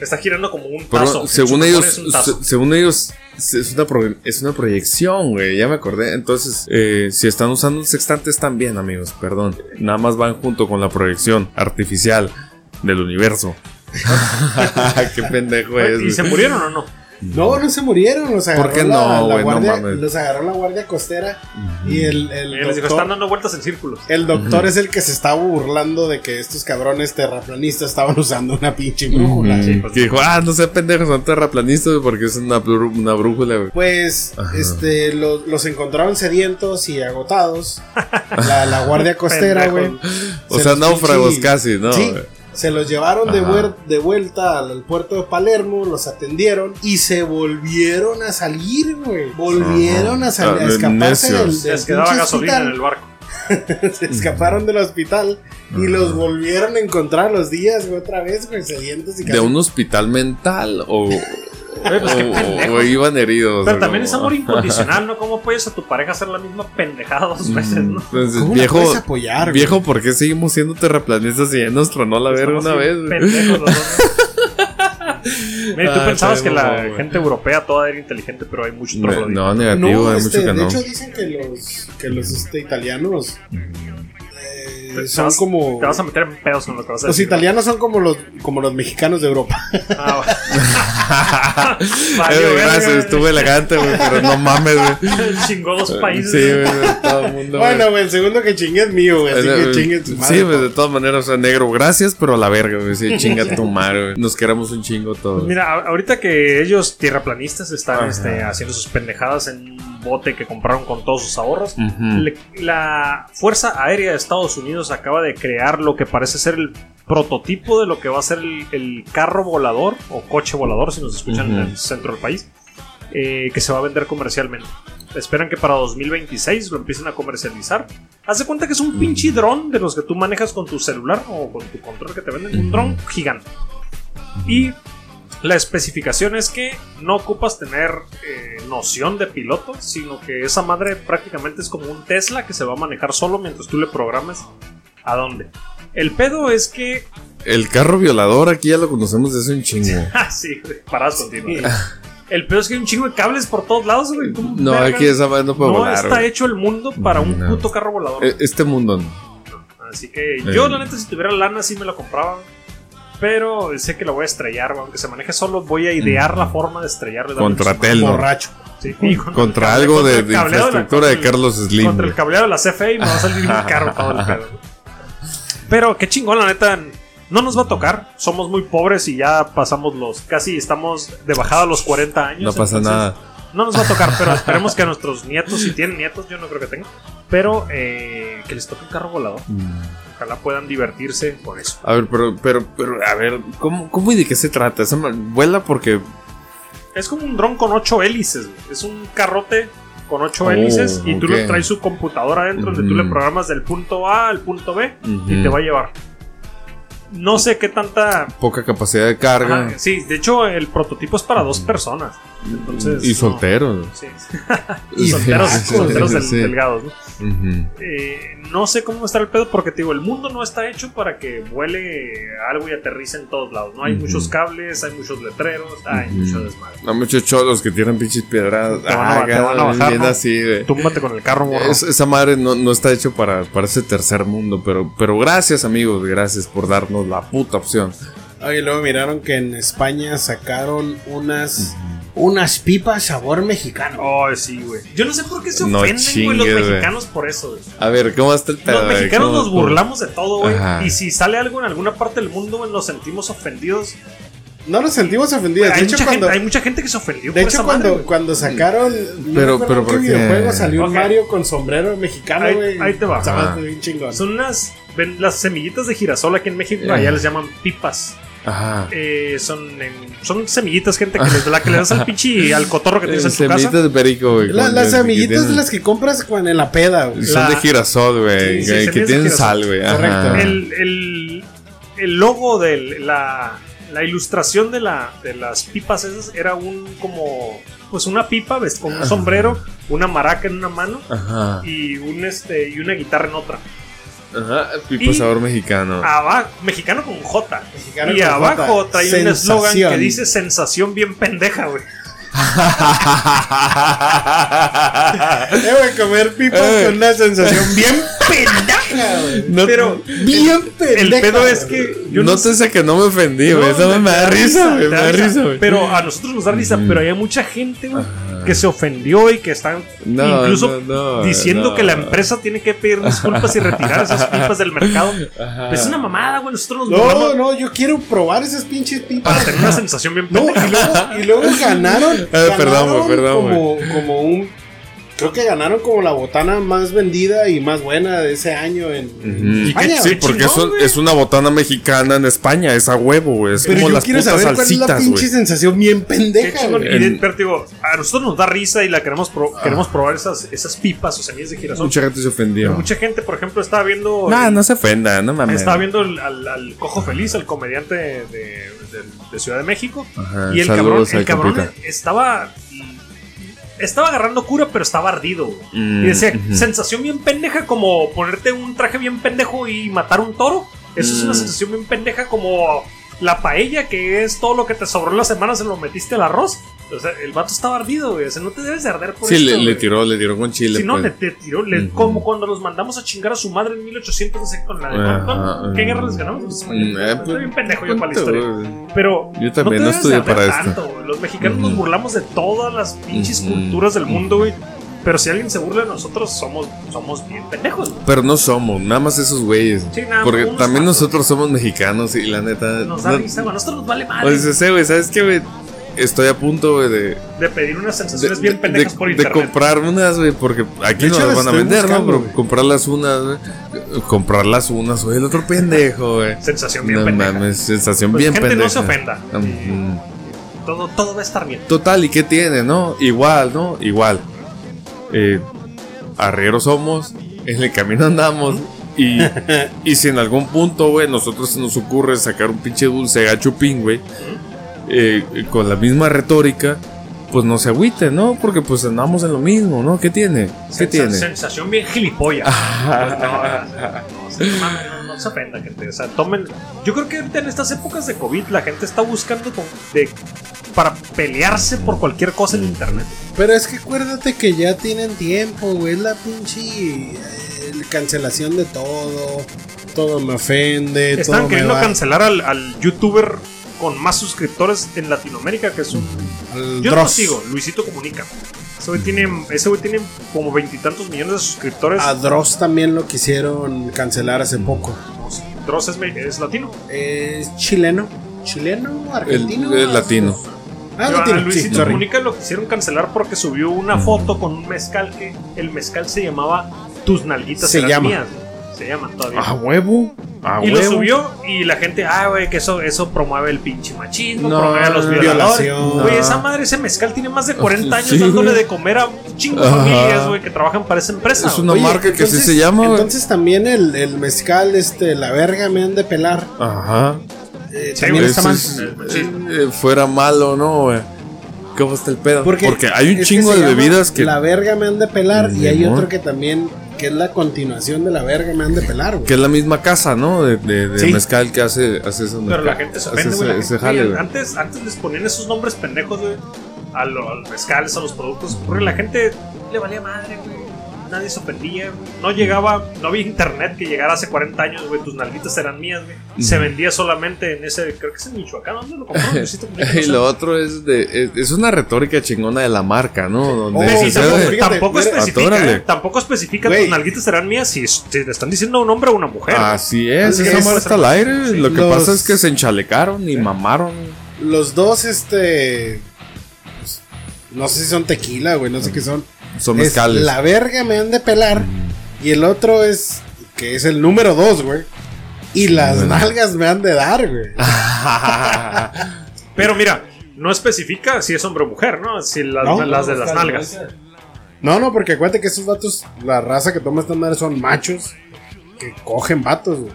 S1: Está girando como un
S2: Pero
S1: tazo.
S2: según
S1: El
S2: ellos,
S1: chupón es un tazo.
S2: se- según ellos, se- es una, pro- es una proyección, güey. Ya me acordé. Entonces, eh, si están usando un sextante, están bien, amigos. Perdón. Nada más van junto con la proyección artificial del universo. [LAUGHS] Qué pendejo es.
S1: ¿Y se
S2: pues, güey.
S1: murieron o no? Eh,
S3: No, no se murieron, los agarró,
S2: ¿Por qué
S3: la-
S2: no,
S3: la,
S2: güey? No
S3: guardia,
S2: mames.
S3: los agarró la guardia costera y el, el
S1: Él Eh, les dijo,
S3: doctor-
S1: están dando vueltas en círculos.
S3: El doctor es el que se estaba burlando de que estos cabrones terraplanistas estaban usando una pinche brújula.
S1: Sí, pues,
S2: Que dijo, ah, no sé, pendejos, son terraplanistas güey, porque es una, brú- una brújula. güey".
S3: Pues
S2: Ajá.
S3: este lo- los encontraron sedientos y
S2: [LAUGHS]
S3: agotados. La, la guardia costera, güey.
S2: O
S3: Se
S2: sea,
S3: los
S2: náufragos
S3: pinche-
S2: casi, ¿no?
S3: Sí,
S2: güey?
S3: se los llevaron de,
S2: Ajá.
S3: vuel- de vuelta al, al puerto de Palermo, los atendieron y se volvieron a salir, güey. Volvieron a, salir,
S2: Ah,
S3: a escaparse del,
S2: necios.
S3: del
S1: les quedaba
S3: pinche
S1: gasolina
S3: hospital.
S1: en el barco.
S3: [LAUGHS] Se escaparon del hospital y los volvieron a encontrar a los días, güey, otra vez, güey, sedientos y
S2: ¿De un hospital mental o,
S1: pues, qué
S2: o- [LAUGHS]
S1: pendejo.
S2: o iban heridos?
S1: Pero
S2: o
S1: también
S2: como-
S1: es amor
S2: [LAUGHS]
S1: incondicional, ¿no? ¿Cómo puedes a tu pareja hacer la misma pendejada dos
S2: Mm.
S1: veces, no?
S2: Entonces,
S3: ¿Cómo la
S2: viejo,
S3: puedes apoyar, güey?
S2: viejo, ¿por qué seguimos siendo terraplanistas si ya nos tronó la verga
S1: Estamos
S2: una vez?
S1: bien pendejos los dos. [LAUGHS] Mira, tú
S2: Ah,
S1: pensabas que la
S2: sabemos, güey.
S1: gente europea toda era inteligente, pero hay mucho
S2: Me-
S1: troglodita.
S2: no, negativo, Eh, hay mucho
S3: este,
S2: que
S3: de
S1: [LAUGHS]
S2: no. [LAUGHS]
S3: hecho dicen que los, que los este, italianos eh,
S1: Mm. Te- te
S3: son
S1: vas-
S3: como...
S1: Te vas a meter en pedos con lo que vas a
S3: Los
S1: decir.
S3: italianos son como los, como los mexicanos de Europa.
S1: Ah,
S2: [LAUGHS]
S1: va.
S2: Eh,
S1: Valió
S2: güey,
S1: verga,
S2: gracias,
S1: güey.
S2: estuvo elegante, güey, pero no mames, güey.
S1: [LAUGHS] Chingó dos países.
S2: Sí,
S1: güey.
S2: güey, todo el mundo.
S3: bueno,
S2: güey.
S1: eh.
S3: güey, el segundo que chingue es mío, güey. Así
S2: Eh,
S3: que chingue tu madre.
S2: sí, güey, de todas maneras, o sea, negro, gracias, pero a la verga, güey. Sí, chinga
S1: [LAUGHS]
S2: tu madre, güey. Nos queremos un chingo todos.
S1: Pues Mira, a- ahorita que ellos, tierraplanistas, están
S2: Ajá.
S1: este, haciendo sus pendejadas en un bote que compraron con todos sus ahorros,
S2: Ujú.
S1: le- la Fuerza Aérea de Estados Unidos acaba de crear lo que parece ser el prototipo de lo que va a ser el, el carro volador o coche volador, si nos escuchan en
S2: Ujú.
S1: el centro del país, eh, que se va a vender comercialmente. Esperan que para 2026 lo empiecen a comercializar. Haz de cuenta que es un pinche dron de los que tú manejas con tu celular o con tu control que te venden.
S2: Mm.
S1: Un dron gigante. Y la especificación es que no ocupas tener eh, noción de piloto, sino que esa madre prácticamente es como un Tesla que se va a manejar solo mientras tú le programes a dónde. El pedo es que. [LAUGHS]
S2: El carro violador aquí ya lo conocemos desde hace un chingo.
S1: Ah, sí, güey, paradas continuas. El pedo es que hay un chingo de cables por todos lados, güey. ¿Cómo
S2: No,
S1: verga?
S2: aquí esa madre no puede
S1: No
S2: volar,
S1: está
S2: güey.
S1: hecho el mundo para un
S2: No.
S1: puto carro volador.
S2: Eh, Este mundo no.
S1: Así que yo,
S2: Eh.
S1: la neta, si tuviera lana, sí me lo compraba. Pero sé que lo voy a estrellar, güey, aunque se maneje solo, voy a idear la forma de estrellarlo.
S2: Mm. Contra Telno.
S3: Borracho.
S2: [LAUGHS]
S1: Sí, y contra el
S2: Contra
S1: cable-
S2: algo
S1: contra
S2: de,
S1: el
S2: de
S1: cableado la-
S2: infraestructura de
S1: contra el-
S2: Carlos Slim.
S1: Contra el
S2: güey.
S1: cableado de la CFE y me va a salir un carro todo el pedo. Pero qué chingón, la neta. No nos va a tocar. Somos muy pobres y ya pasamos los. Casi estamos de bajada a los 40 años.
S2: No pasa
S1: entonces
S2: nada.
S1: No nos va a tocar, pero
S2: [LAUGHS]
S1: esperemos que a nuestros nietos, si tienen nietos, yo no creo que tengan. Pero eh, que les toque un carro volador. Ojalá puedan divertirse con eso.
S2: A ver, pero, pero, pero, a ver, ¿cómo, cómo y de qué se trata? Esa ma- vuela porque.
S1: Es como un dron con ocho hélices, güey. Es un carrote con ocho
S2: Oh,
S1: hélices y tú
S2: ok. Mm.
S1: le traes su computadora adentro donde tú
S2: Ujú.
S1: le programas del punto A al punto B y
S2: Ujú.
S1: te va a llevar. No sé qué tanta...
S2: Poca capacidad de carga.
S1: Ajá, sí, de hecho el prototipo es para dos
S2: Mm.
S1: personas. Entonces,
S2: y
S1: no.
S2: solteros. [LAUGHS]
S1: Sí. Y solteros, solteros del-
S2: Sí.
S1: delgados, ¿no?
S2: Ujú.
S1: Eh, no sé cómo va a estar el pedo porque te digo, el mundo no está hecho para que vuele algo y aterrice en todos lados. No hay
S2: Ujú.
S1: muchos cables, hay muchos letreros, hay
S2: Ujú.
S1: mucho desmadre.
S2: No, muchos cholos que tiran pinches piedras.
S1: Te van a-
S2: Ah,
S1: te van a
S2: ganan
S1: bajar,
S2: bien
S1: ¿no?
S2: así, güey.
S1: Túmbate con el carro, morro.
S2: Es- esa madre no, no está hecho para, para ese tercer mundo, pero, pero gracias amigos, gracias por darnos la puta opción.
S3: Oye, luego miraron que en España sacaron unas, unas pipas sabor mexicano.
S1: Ay, Oh, sí, güey. Yo no sé por qué se
S2: No
S1: ofenden, güey, los
S2: chingues, güey.
S1: mexicanos por eso, güey.
S2: A ver, ¿cómo está el pedo?
S1: Los
S2: güey?
S1: mexicanos
S2: ¿Cómo-
S1: nos
S2: cómo?
S1: burlamos de todo, güey.
S2: Ajá.
S1: Y si sale algo en alguna parte del mundo, güey, nos sentimos ofendidos.
S3: No nos sentimos ofendidos.
S1: Hay,
S3: de hecho,
S1: mucha
S3: cuando,
S1: gente, hay mucha gente que se ofendió
S3: de
S1: por
S3: hecho,
S1: esa
S3: cuando,
S1: madre, güey.
S3: cuando sacaron. no
S2: Pero-
S3: recuerdo
S2: pero
S3: en qué
S2: ¿por qué?
S3: videojuego salió
S1: Ok.
S3: un Mario con sombrero mexicano,
S1: Ahí-
S3: güey.
S1: ahí te va.
S3: Estaba
S2: Ah.
S3: bien chingón.
S1: Son unas... ven, las semillitas de girasol aquí en México,
S2: Ya.
S1: allá les llaman pipas.
S2: Ajá.
S1: Eh, son, en- son semillitas, gente, que les, la que le das
S2: [LAUGHS]
S1: al pinche al cotorro que tienes en tu
S2: Semillitas
S1: casa.
S2: de perico, güey.
S3: La-
S2: con-
S3: las
S2: que
S3: amiguitas de
S2: tienen-
S3: las que compras cuando en la peda, güey.
S2: Son de
S1: La-
S2: girasol, güey.
S1: Sí, sí,
S2: que-
S1: semillas
S2: que
S1: de
S2: tienen
S1: girasol.
S2: sal, güey.
S3: Correcto.
S2: ajá.
S1: El, el, el logo del la, la ilustración de, la, de las pipas esas era un como pues una pipa ves con un sombrero una maraca en una mano
S2: Ajá.
S1: y un este y una guitarra en otra
S2: Ajá.
S1: Y-
S2: Pipo pues, sabor mexicano.
S1: abajo mexicano con J
S3: Mexicano
S1: y
S3: con
S1: abajo
S3: J.
S1: trae un eslogan que
S3: Sensación.
S1: dice sensación bien pendeja güey Ah.
S3: Debo de comer pipas
S2: Eh.
S3: con una sensación bien
S1: pendeja
S3: güey.
S2: [LAUGHS] No-
S1: pero
S3: Bien
S1: [LAUGHS] el
S3: pendeja,
S1: pedo es
S3: güey.
S1: que yo
S2: no
S1: no sé
S2: te sé que no me ofendí,
S1: No,
S2: güey. Eso me,
S1: te-
S2: me
S1: te
S2: da risa, güey.
S1: te
S2: Me
S1: da
S2: da
S1: risa.
S2: risa, güey. Mm.
S1: Pero a nosotros nos da risa, pero hay mucha gente, güey, que se ofendió y que están
S2: No,
S1: incluso
S2: no, no,
S1: diciendo
S2: no.
S1: que la empresa tiene que pedir disculpas y retirar
S2: [LAUGHS]
S1: esas pipas del mercado.
S2: Ajá.
S1: Es una mamada, güey. Nosotros nos
S3: No,
S1: burlamos
S3: no, yo quiero probar esas pinches pipas.
S1: para tener una sensación
S2: [LAUGHS]
S1: bien
S3: No,
S1: pendeja.
S3: y luego, y luego ganaron.
S2: Eh, perdón,
S3: ganaron
S2: güey, perdón,
S3: como, como un. Creo que ganaron como la botana más vendida y más buena de ese año en, en
S2: Ujú.
S3: España.
S2: Sí,
S3: güey.
S2: porque
S1: chingón,
S2: es, un-
S1: güey.
S2: es una botana mexicana en España, es a huevo, güey. Es
S3: Pero
S2: como
S3: yo
S2: las
S3: quiero
S2: putas
S3: saber cuál es la
S2: salsitas,
S3: pinche
S2: güey.
S3: sensación bien
S1: Qué
S3: pendeja.
S1: chingón.
S3: güey.
S1: Y de-
S2: En-
S1: pero te digo, a nosotros nos da risa y la queremos, pro- queremos probar esas, esas pipas o semillas de girasol.
S2: Mucha gente se
S1: Pero
S2: ofendió.
S1: mucha gente, por ejemplo, estaba viendo.
S2: No, no se ofenda, no mames.
S1: Estaba viendo el- al, al Cojo Feliz, al comediante de, de- de Ciudad de México.
S2: Ajá,
S1: y el cabrón,
S2: saludos
S1: el
S2: al
S1: cabrón
S2: compita.
S1: estaba. Estaba agarrando cura, pero estaba ardido. güey.
S2: Mm,
S1: y decía,
S2: ujú.
S1: sensación bien pendeja como ponerte un traje bien pendejo y matar un toro. Eso es una
S2: Mm.
S1: sensación bien pendeja como la paella, que es todo lo que te sobró en la semana, se lo metiste al arroz. O sea, el vato estaba ardido, güey. O sea, no te debes de arder por
S2: Sí,
S1: esto,
S2: le, le
S1: güey.
S2: tiró, le tiró con chile.
S1: Si no,
S2: pues.
S1: le, te tiró. le-
S2: Ujú.
S1: Como cuando los mandamos a chingar a su madre en 1800, no sé, con la de
S2: Ajá,
S1: Compton. ¿Qué
S2: ajá.
S1: guerra les ganamos? Pues,
S2: Mm, eh,
S1: estoy
S2: pues,
S1: bien pendejo yo para la
S2: punto,
S1: historia.
S2: güey.
S1: Pero.
S2: Yo también
S1: te
S2: no
S1: debes
S2: estudié
S1: de arder
S2: para esto.
S1: tanto, güey. Los mexicanos nos
S2: Ujú.
S1: burlamos de todas las pinches
S2: Ujú.
S1: culturas del mundo, güey. Pero si alguien se burla de nosotros, somos, somos bien pendejos, güey.
S2: Pero no somos, nada más esos güeyes.
S1: Sí, nada,
S2: Porque
S1: unos
S2: también
S1: cuantos.
S2: nosotros somos mexicanos y la neta.
S1: Nos da
S2: no- Pues
S1: risa, güey. A nosotros nos vale
S2: O
S1: madre
S2: sea, sí, güey, ¿sabes qué, güey? Estoy a punto, güey, de,
S1: de pedir unas sensaciones
S2: de-
S1: bien
S2: de-
S1: pendejas
S2: de-
S1: por
S2: de
S1: internet.
S2: comprar unas, güey, porque aquí
S3: De
S2: no las
S3: hecho, las
S2: van a
S3: estoy
S2: vender,
S3: buscando,
S2: ¿no?
S3: güey.
S2: Pero comprar las unas, güey. Comprar las unas, güey, el otro pendejo, güey.
S1: sensación bien
S2: No
S1: pendeja.
S2: mames, sensación
S1: Pues
S2: bien
S1: gente,
S2: pendeja. mm.
S1: no se ofenda.
S2: Ujú.
S1: Todo, todo va a estar bien.
S2: Total, ¿y qué tiene, no? Igual, ¿no? Igual. Eh, arrieros somos, en el camino andamos. Y, y si en algún punto, güey, nosotros se nos ocurre sacar un pinche dulce gachupín, güey, eh, con la misma retórica, pues no se agüite, ¿no? Porque pues andamos en lo mismo, ¿no? ¿Qué tiene? ¿Qué
S1: Sensa-
S2: tiene? Ah,
S1: Sensación bien gilipollas. Pues no,
S3: [LAUGHS]
S1: no, se- no mames, no- no se ofenda, gente. O sea, tomen. Yo creo que ahorita en estas épocas de COVID la gente está buscando con- de- para pelearse por cualquier cosa
S3: Mm.
S1: en internet.
S3: Pero es que acuérdate que ya tienen tiempo, güey. Es la pinche eh, cancelación de todo. Todo me ofende.
S1: Están
S3: todo me
S1: queriendo
S3: va
S1: cancelar al, al youtuber con más suscriptores en Latinoamérica, que es un.
S3: al
S1: Yo no lo
S3: Mm, Dross.
S1: sigo, Luisito Comunica. Ese güey tiene, ese güey tiene como veintitantos millones de suscriptores.
S3: A Dross también lo quisieron cancelar hace poco.
S1: Dross es, me- es latino.
S3: Es chileno. ¿Chileno?
S2: El,
S3: ¿Argentino?
S2: el latino.
S3: Ah,
S1: Yo a
S3: latino, sí,
S1: Luisito
S3: sorry.
S1: Comunica lo quisieron cancelar porque subió una
S2: Mm.
S1: foto con un mezcal que el mezcal se llamaba Tus nalguitas
S3: Se
S1: eran
S3: llama.
S1: mías. Se llama todavía.
S2: A huevo. Ah, A
S1: y
S2: huevo.
S1: lo subió y la gente, ah, güey, que eso, eso promueve el pinche machismo,
S2: No, Ah,
S1: promueve a los violadores.
S3: violación.
S1: Güey, esa madre, ese mezcal tiene más de 40 años
S2: Sí,
S1: dándole
S2: güey.
S1: de comer a un chingo de
S2: Ajá.
S1: familias, güey, que trabajan para esa empresa.
S2: Es
S1: güey.
S2: una marca que así se llama, güey.
S3: Entonces también el, el mezcal, este, la verga me han de pelar.
S2: Ajá.
S3: Eh,
S1: Sí,
S3: también
S1: güey,
S3: está
S2: Eso
S3: mal.
S2: es, eh, eh, fuera malo, ¿no? güey? ¿Cómo está el pedo? Porque, hay
S3: es
S2: un
S3: que
S2: chingo
S3: se
S2: de
S3: llama
S2: bebidas que,
S3: La verga me han de pelar. Y hay
S2: Simón.
S3: otro que también, que es la continuación de la verga me han de pelar, güey.
S2: que es la misma casa, ¿no? De, de- de
S3: Sí.
S2: mezcal que hace, hace esa
S1: Pero la gente se
S2: hace
S1: ofende,
S2: ese-
S1: güey. la
S2: ese
S1: gente-
S2: jale, [LAUGHS] güey.
S1: antes, antes les ponían esos nombres pendejos, güey. A lo- a los mezcales, a los productos. Porque la gente le valía madre, güey. Nadie se ofendía. güey. No llegaba, no había internet que llegara hace 40 años, güey. Tus nalguitas eran mías, güey. Se vendía solamente en ese, creo que es en Michoacán. ¿Dónde lo compró? Luisito Comunica, no
S2: [LAUGHS] Y
S1: sé.
S2: lo otro es de es, es una retórica chingona de la marca, ¿no? Donde
S1: Güey,
S3: Oh,
S1: sí,
S2: se
S3: sí,
S1: tampoco,
S2: sabe-
S3: sí.
S1: tampoco
S3: Fíjate,
S1: especifica,
S2: atórale.
S1: eh, tampoco especifica
S3: Güey.
S1: tus nalguitas serán mías si, si le están diciendo a un hombre o a una mujer.
S2: Así es,
S1: Así
S2: esa
S1: es.
S2: marca está al aire.
S1: Sí.
S2: Lo que
S3: Los-
S2: pasa es que se enchalecaron y mamaron.
S3: Los dos, este. pues, No sé si son tequila, güey, no sé qué son.
S2: Son
S3: Es
S2: mezcales. [LAUGHS] Mm.
S3: la [LAUGHS] verga me han de pelar. Y el otro es. Que es el número dos, güey. Y las
S2: Bueno.
S3: nalgas me han de dar, güey.
S1: Ah, Pero mira, no especifica si es hombre o mujer, ¿no? Si las,
S3: No,
S1: las de las nalgas.
S3: No, no, porque acuérdate que esos vatos, la raza que toma esta madre son machos. que cogen vatos, güey.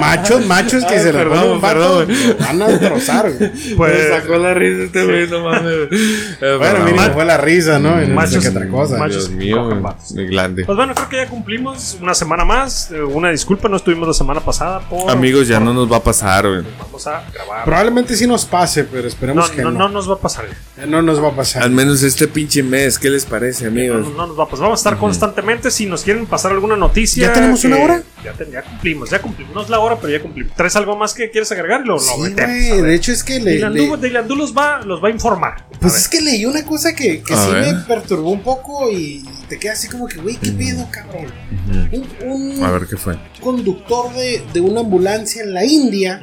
S3: machos, machos que
S2: Ay,
S3: se les
S2: perdón,
S3: ponen un vato,
S2: perdón.
S3: lo van a
S2: [LAUGHS]
S3: destrozar, güey.
S1: Pues-
S2: Me sacó la risa este güey, no mames. Eh,
S3: Bueno,
S2: pero-
S3: miren,
S1: ma-
S3: fue la risa, ¿no? En
S1: machos-
S3: que otra cosa.
S1: machos-
S2: Dios mío,
S1: cogen
S2: güey,
S1: vatos.
S2: de glande.
S1: Pues bueno, creo que ya cumplimos una semana más. Eh, Una disculpa, no estuvimos la semana pasada por...
S2: Amigos, ya no nos va a pasar, güey.
S1: Vamos a grabar.
S3: Probablemente sí nos pase, pero
S1: No,
S3: esperemos que
S1: no,
S3: no.
S1: no nos va a pasar.
S3: Eh, no nos va a
S2: Al
S3: pasar.
S2: menos este pinche mes, ¿qué les parece,
S1: No,
S2: amigos?
S1: no nos va a pasar. Vamos a estar constantemente. Si nos quieren pasar alguna noticia...
S3: ¿Ya tenemos
S1: que-
S3: una hora?
S1: Ya, ten- ya cumplimos, ya cumplimos. No es la hora, pero ya cumplimos. ¿Traes algo más que quieres agregar? Lo, lo
S3: Sí,
S1: metemos,
S3: güey,
S1: a ver.
S3: de hecho es que le, le-
S1: Dilandú, Dilandú los va, los va a informar. A
S3: Pues
S1: ver.
S3: es que leí una cosa que, que
S2: A
S3: sí
S2: ver.
S3: me perturbó un poco y te queda así como que, güey, ¿qué pedo, cabrón?
S2: Ujú.
S3: Un, un
S2: Mm. A ver qué fue.
S3: conductor de, de una ambulancia en la India.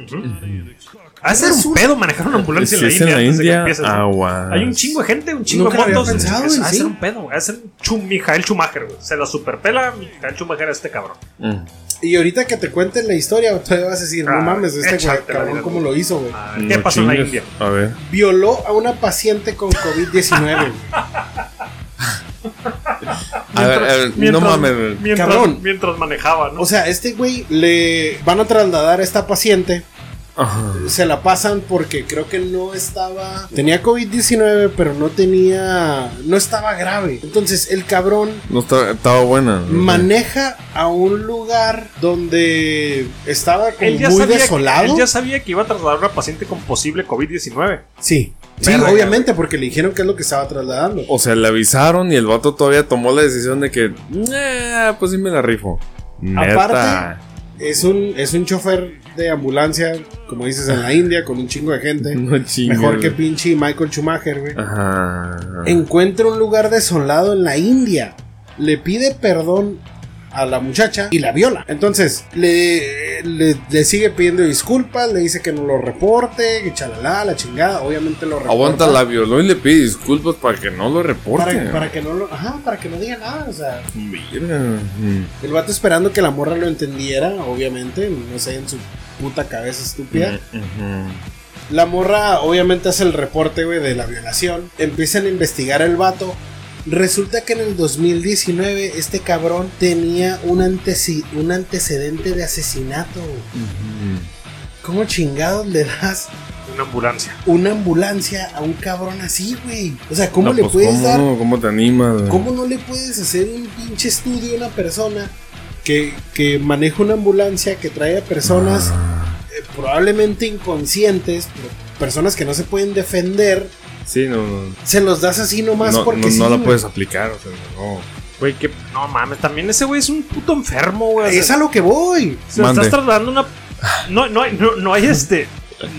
S1: Ha de ser un
S3: Resulta-
S1: pedo manejar una ambulancia en la
S2: Si es
S1: India.
S2: en la
S1: antes de que
S2: India,
S1: empieces, ¿no?
S2: agua.
S1: Hay un chingo de gente, un chingo
S3: Ah, Nunca
S1: de
S3: lo había
S1: motos.
S3: pensado,
S1: Es-
S3: y
S1: ha de
S3: sí.
S1: ser un pedo, güey. ha de ser un chum- Mijael Schumacher, güey. Se la superpela Mijael Schumacher a este cabrón.
S2: Mm.
S3: Y ahorita que te cuenten la historia, [LAUGHS] todavía vas a decir,
S1: Ah,
S3: no mames, este güey,
S1: échatela,
S3: cabrón,
S1: mira.
S3: ¿cómo lo hizo, güey?
S1: A ver, Ah, ¿Qué pasó en la India?
S2: A ver.
S3: Violó a una paciente con COVID-19. güey.
S2: A ver, a ver, no mames. güey.
S1: mientras,
S3: eh, Cabrón.
S1: mientras manejaba, ¿no?
S3: o sea, este güey le van a trasladar a esta paciente.
S2: Ajá.
S3: Se la pasan porque creo que no estaba. Tenía COVID-19, pero no tenía. No estaba grave. Entonces, el cabrón
S2: No estaba, estaba buena. ¿no?
S3: maneja a un lugar donde estaba como
S1: él, ya
S3: muy
S1: sabía que-
S3: desolado.
S1: él ya sabía que iba a trasladar a una paciente con posible COVID-19.
S3: Sí, sí,
S1: Verga,
S3: obviamente, porque le dijeron que es lo que estaba trasladando.
S2: O sea, le avisaron y el vato todavía tomó la decisión de que, "Nah, pues sí me la rifo. Neta. [LAUGHS]
S3: Aparte- Es un, es un chofer de ambulancia, como dices, en la India, con un chingo de gente.
S2: no chingues.
S3: Mejor que pinche Michael Schumacher, güey.
S2: Ajá.
S3: Encuentra un lugar desolado en la India. Le pide perdón a la muchacha y la viola. Entonces, le, le, le sigue pidiendo disculpas, le dice que no lo reporte, que chalala, la chingada. Obviamente lo reporta.
S2: Aguanta, la violó y le pide disculpas para que no lo reporte.
S3: Para, para que no lo, ajá, para que no diga nada, o sea,
S2: Mira. Mm.
S3: el vato esperando que la morra lo entendiera, obviamente, no sé, en su puta cabeza estúpida.
S2: Ujú.
S3: La morra obviamente hace el reporte, güey, de la violación, empiezan a investigar al vato. Resulta que en el 2019 este cabrón tenía un, anteci- un antecedente de asesinato. güey.
S2: Ujú.
S3: ¿Cómo chingados le das
S1: Una ambulancia.
S3: una ambulancia a un cabrón así, güey? O sea, ¿cómo
S2: No,
S3: le
S2: pues,
S3: puedes
S2: ¿cómo
S3: dar
S2: no? ¿Cómo te animas? güey?
S3: ¿Cómo no le puedes hacer un pinche estudio a una persona que, que maneja una ambulancia, que trae a personas
S2: Ah.
S3: eh, probablemente inconscientes, pero personas que no se pueden defender?
S2: Sí, no, no.
S3: Se los das así nomás
S2: no,
S3: porque
S2: no,
S3: sí,
S2: no la
S3: güey.
S2: puedes aplicar, o sea,
S3: [LAUGHS]
S2: no. Güey, qué
S1: No mames, también ese güey es un puto enfermo, güey. O sea,
S3: Es a lo que voy.
S1: Se
S2: Mande.
S1: estás trasladando una. No, no, hay- no, no hay este.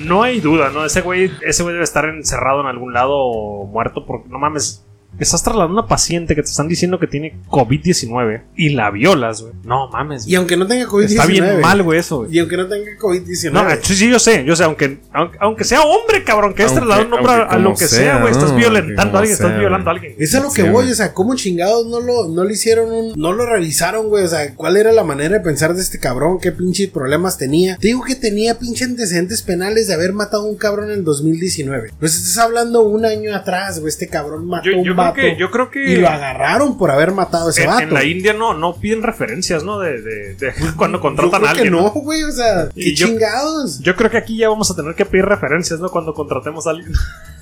S1: No hay duda, ¿no? Ese güey, ese güey debe estar encerrado en algún lado o muerto porque no mames. Estás trasladando a una paciente que te están diciendo que tiene COVID-19 y la violas, güey. No mames.
S3: Y aunque no tenga COVID-19.
S1: está bien mal, güey, eso, güey.
S3: Y aunque no tenga COVID-19.
S1: No, sí, sí, yo sé, yo sé, aunque, aunque, aunque sea hombre, cabrón, que es
S2: Aunque-
S1: trasladar un hombre a-
S2: aunque
S1: a lo
S2: como
S1: que
S2: sea,
S1: sea, güey,
S2: ¿no?
S1: estás
S2: Aunque
S1: violentando a alguien,
S2: como
S1: estás
S2: sea,
S1: violando a
S2: güey.
S1: alguien.
S3: es a lo que
S2: Sí,
S3: voy,
S2: güey.
S3: o sea, ¿cómo chingados no lo, no le hicieron un... No lo revisaron, güey, o sea, ¿cuál era la manera de pensar de este cabrón? ¿Qué pinches problemas tenía? Te digo que tenía pinches antecedentes penales de haber matado a un cabrón en el 2019. Pues estás hablando un año atrás, güey, este cabrón mató
S1: Yo,
S3: a un
S1: yo creo
S3: vato.
S1: que, yo creo que
S3: Y lo agarraron por haber matado a ese
S1: en,
S3: vato. Pues
S1: en la India no, no piden referencias, ¿no? De, de- de cuando
S3: yo
S1: contratan
S3: creo
S1: a alguien.
S3: que no,
S1: ¿no?
S3: güey, o sea,
S1: Y
S3: qué
S1: yo-
S3: chingados.
S1: Yo creo que aquí ya vamos a tener que pedir referencias, ¿no? Cuando contratemos a alguien.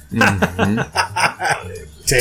S1: [LAUGHS]
S2: Sí,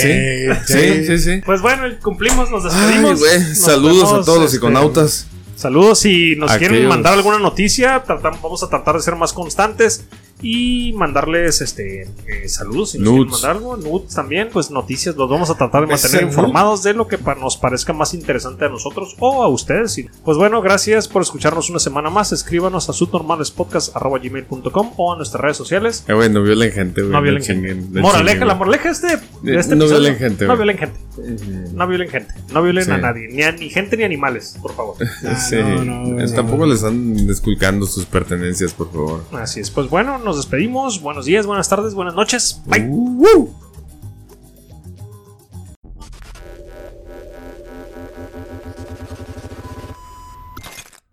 S2: sí, sí, sí.
S1: Pues bueno, cumplimos, nos
S2: Ay,
S1: despedimos.
S2: güey,
S1: Nos
S2: saludos a
S1: vemos,
S2: todos los
S1: este,
S2: psiconautas.
S1: Saludos, si nos quieren
S2: Aquellos-
S1: mandar alguna noticia, tratam- vamos a tratar de ser más constantes y mandarles este eh, saludos. Si nos quieren
S2: Nudes.
S1: mandar algo, nudes también, pues noticias, los vamos a tratar de
S3: Ese
S1: mantener
S3: nude.
S1: informados de lo que pa- nos parezca más interesante a nosotros o a ustedes. Y, Pues bueno, gracias por escucharnos una semana más. Escríbanos a subnormalespodcast.com o a nuestras redes sociales.
S2: Eh, güey, no violen gente, güey.
S1: No violen gente.
S2: chinguen, no
S1: Moraleja,
S2: chinguen.
S1: la moraleja es de, de
S2: Eh,
S1: este
S2: no
S1: episodio.
S2: violen gente,
S1: No
S2: güey.
S1: violen gente.
S2: Ujú.
S1: No violen gente. No violen
S2: Sí.
S1: a nadie. Ni, a- ni gente ni animales, por
S2: [LAUGHS]
S1: favor.
S3: Ah,
S2: Sí.
S3: no, no,
S2: Eh,
S3: no.
S2: Tampoco les están desculcando sus pertenencias, por favor.
S1: Así es. Pues bueno, nos despedimos. Buenos días, buenas tardes, buenas noches. Bye.
S2: Uh, uh.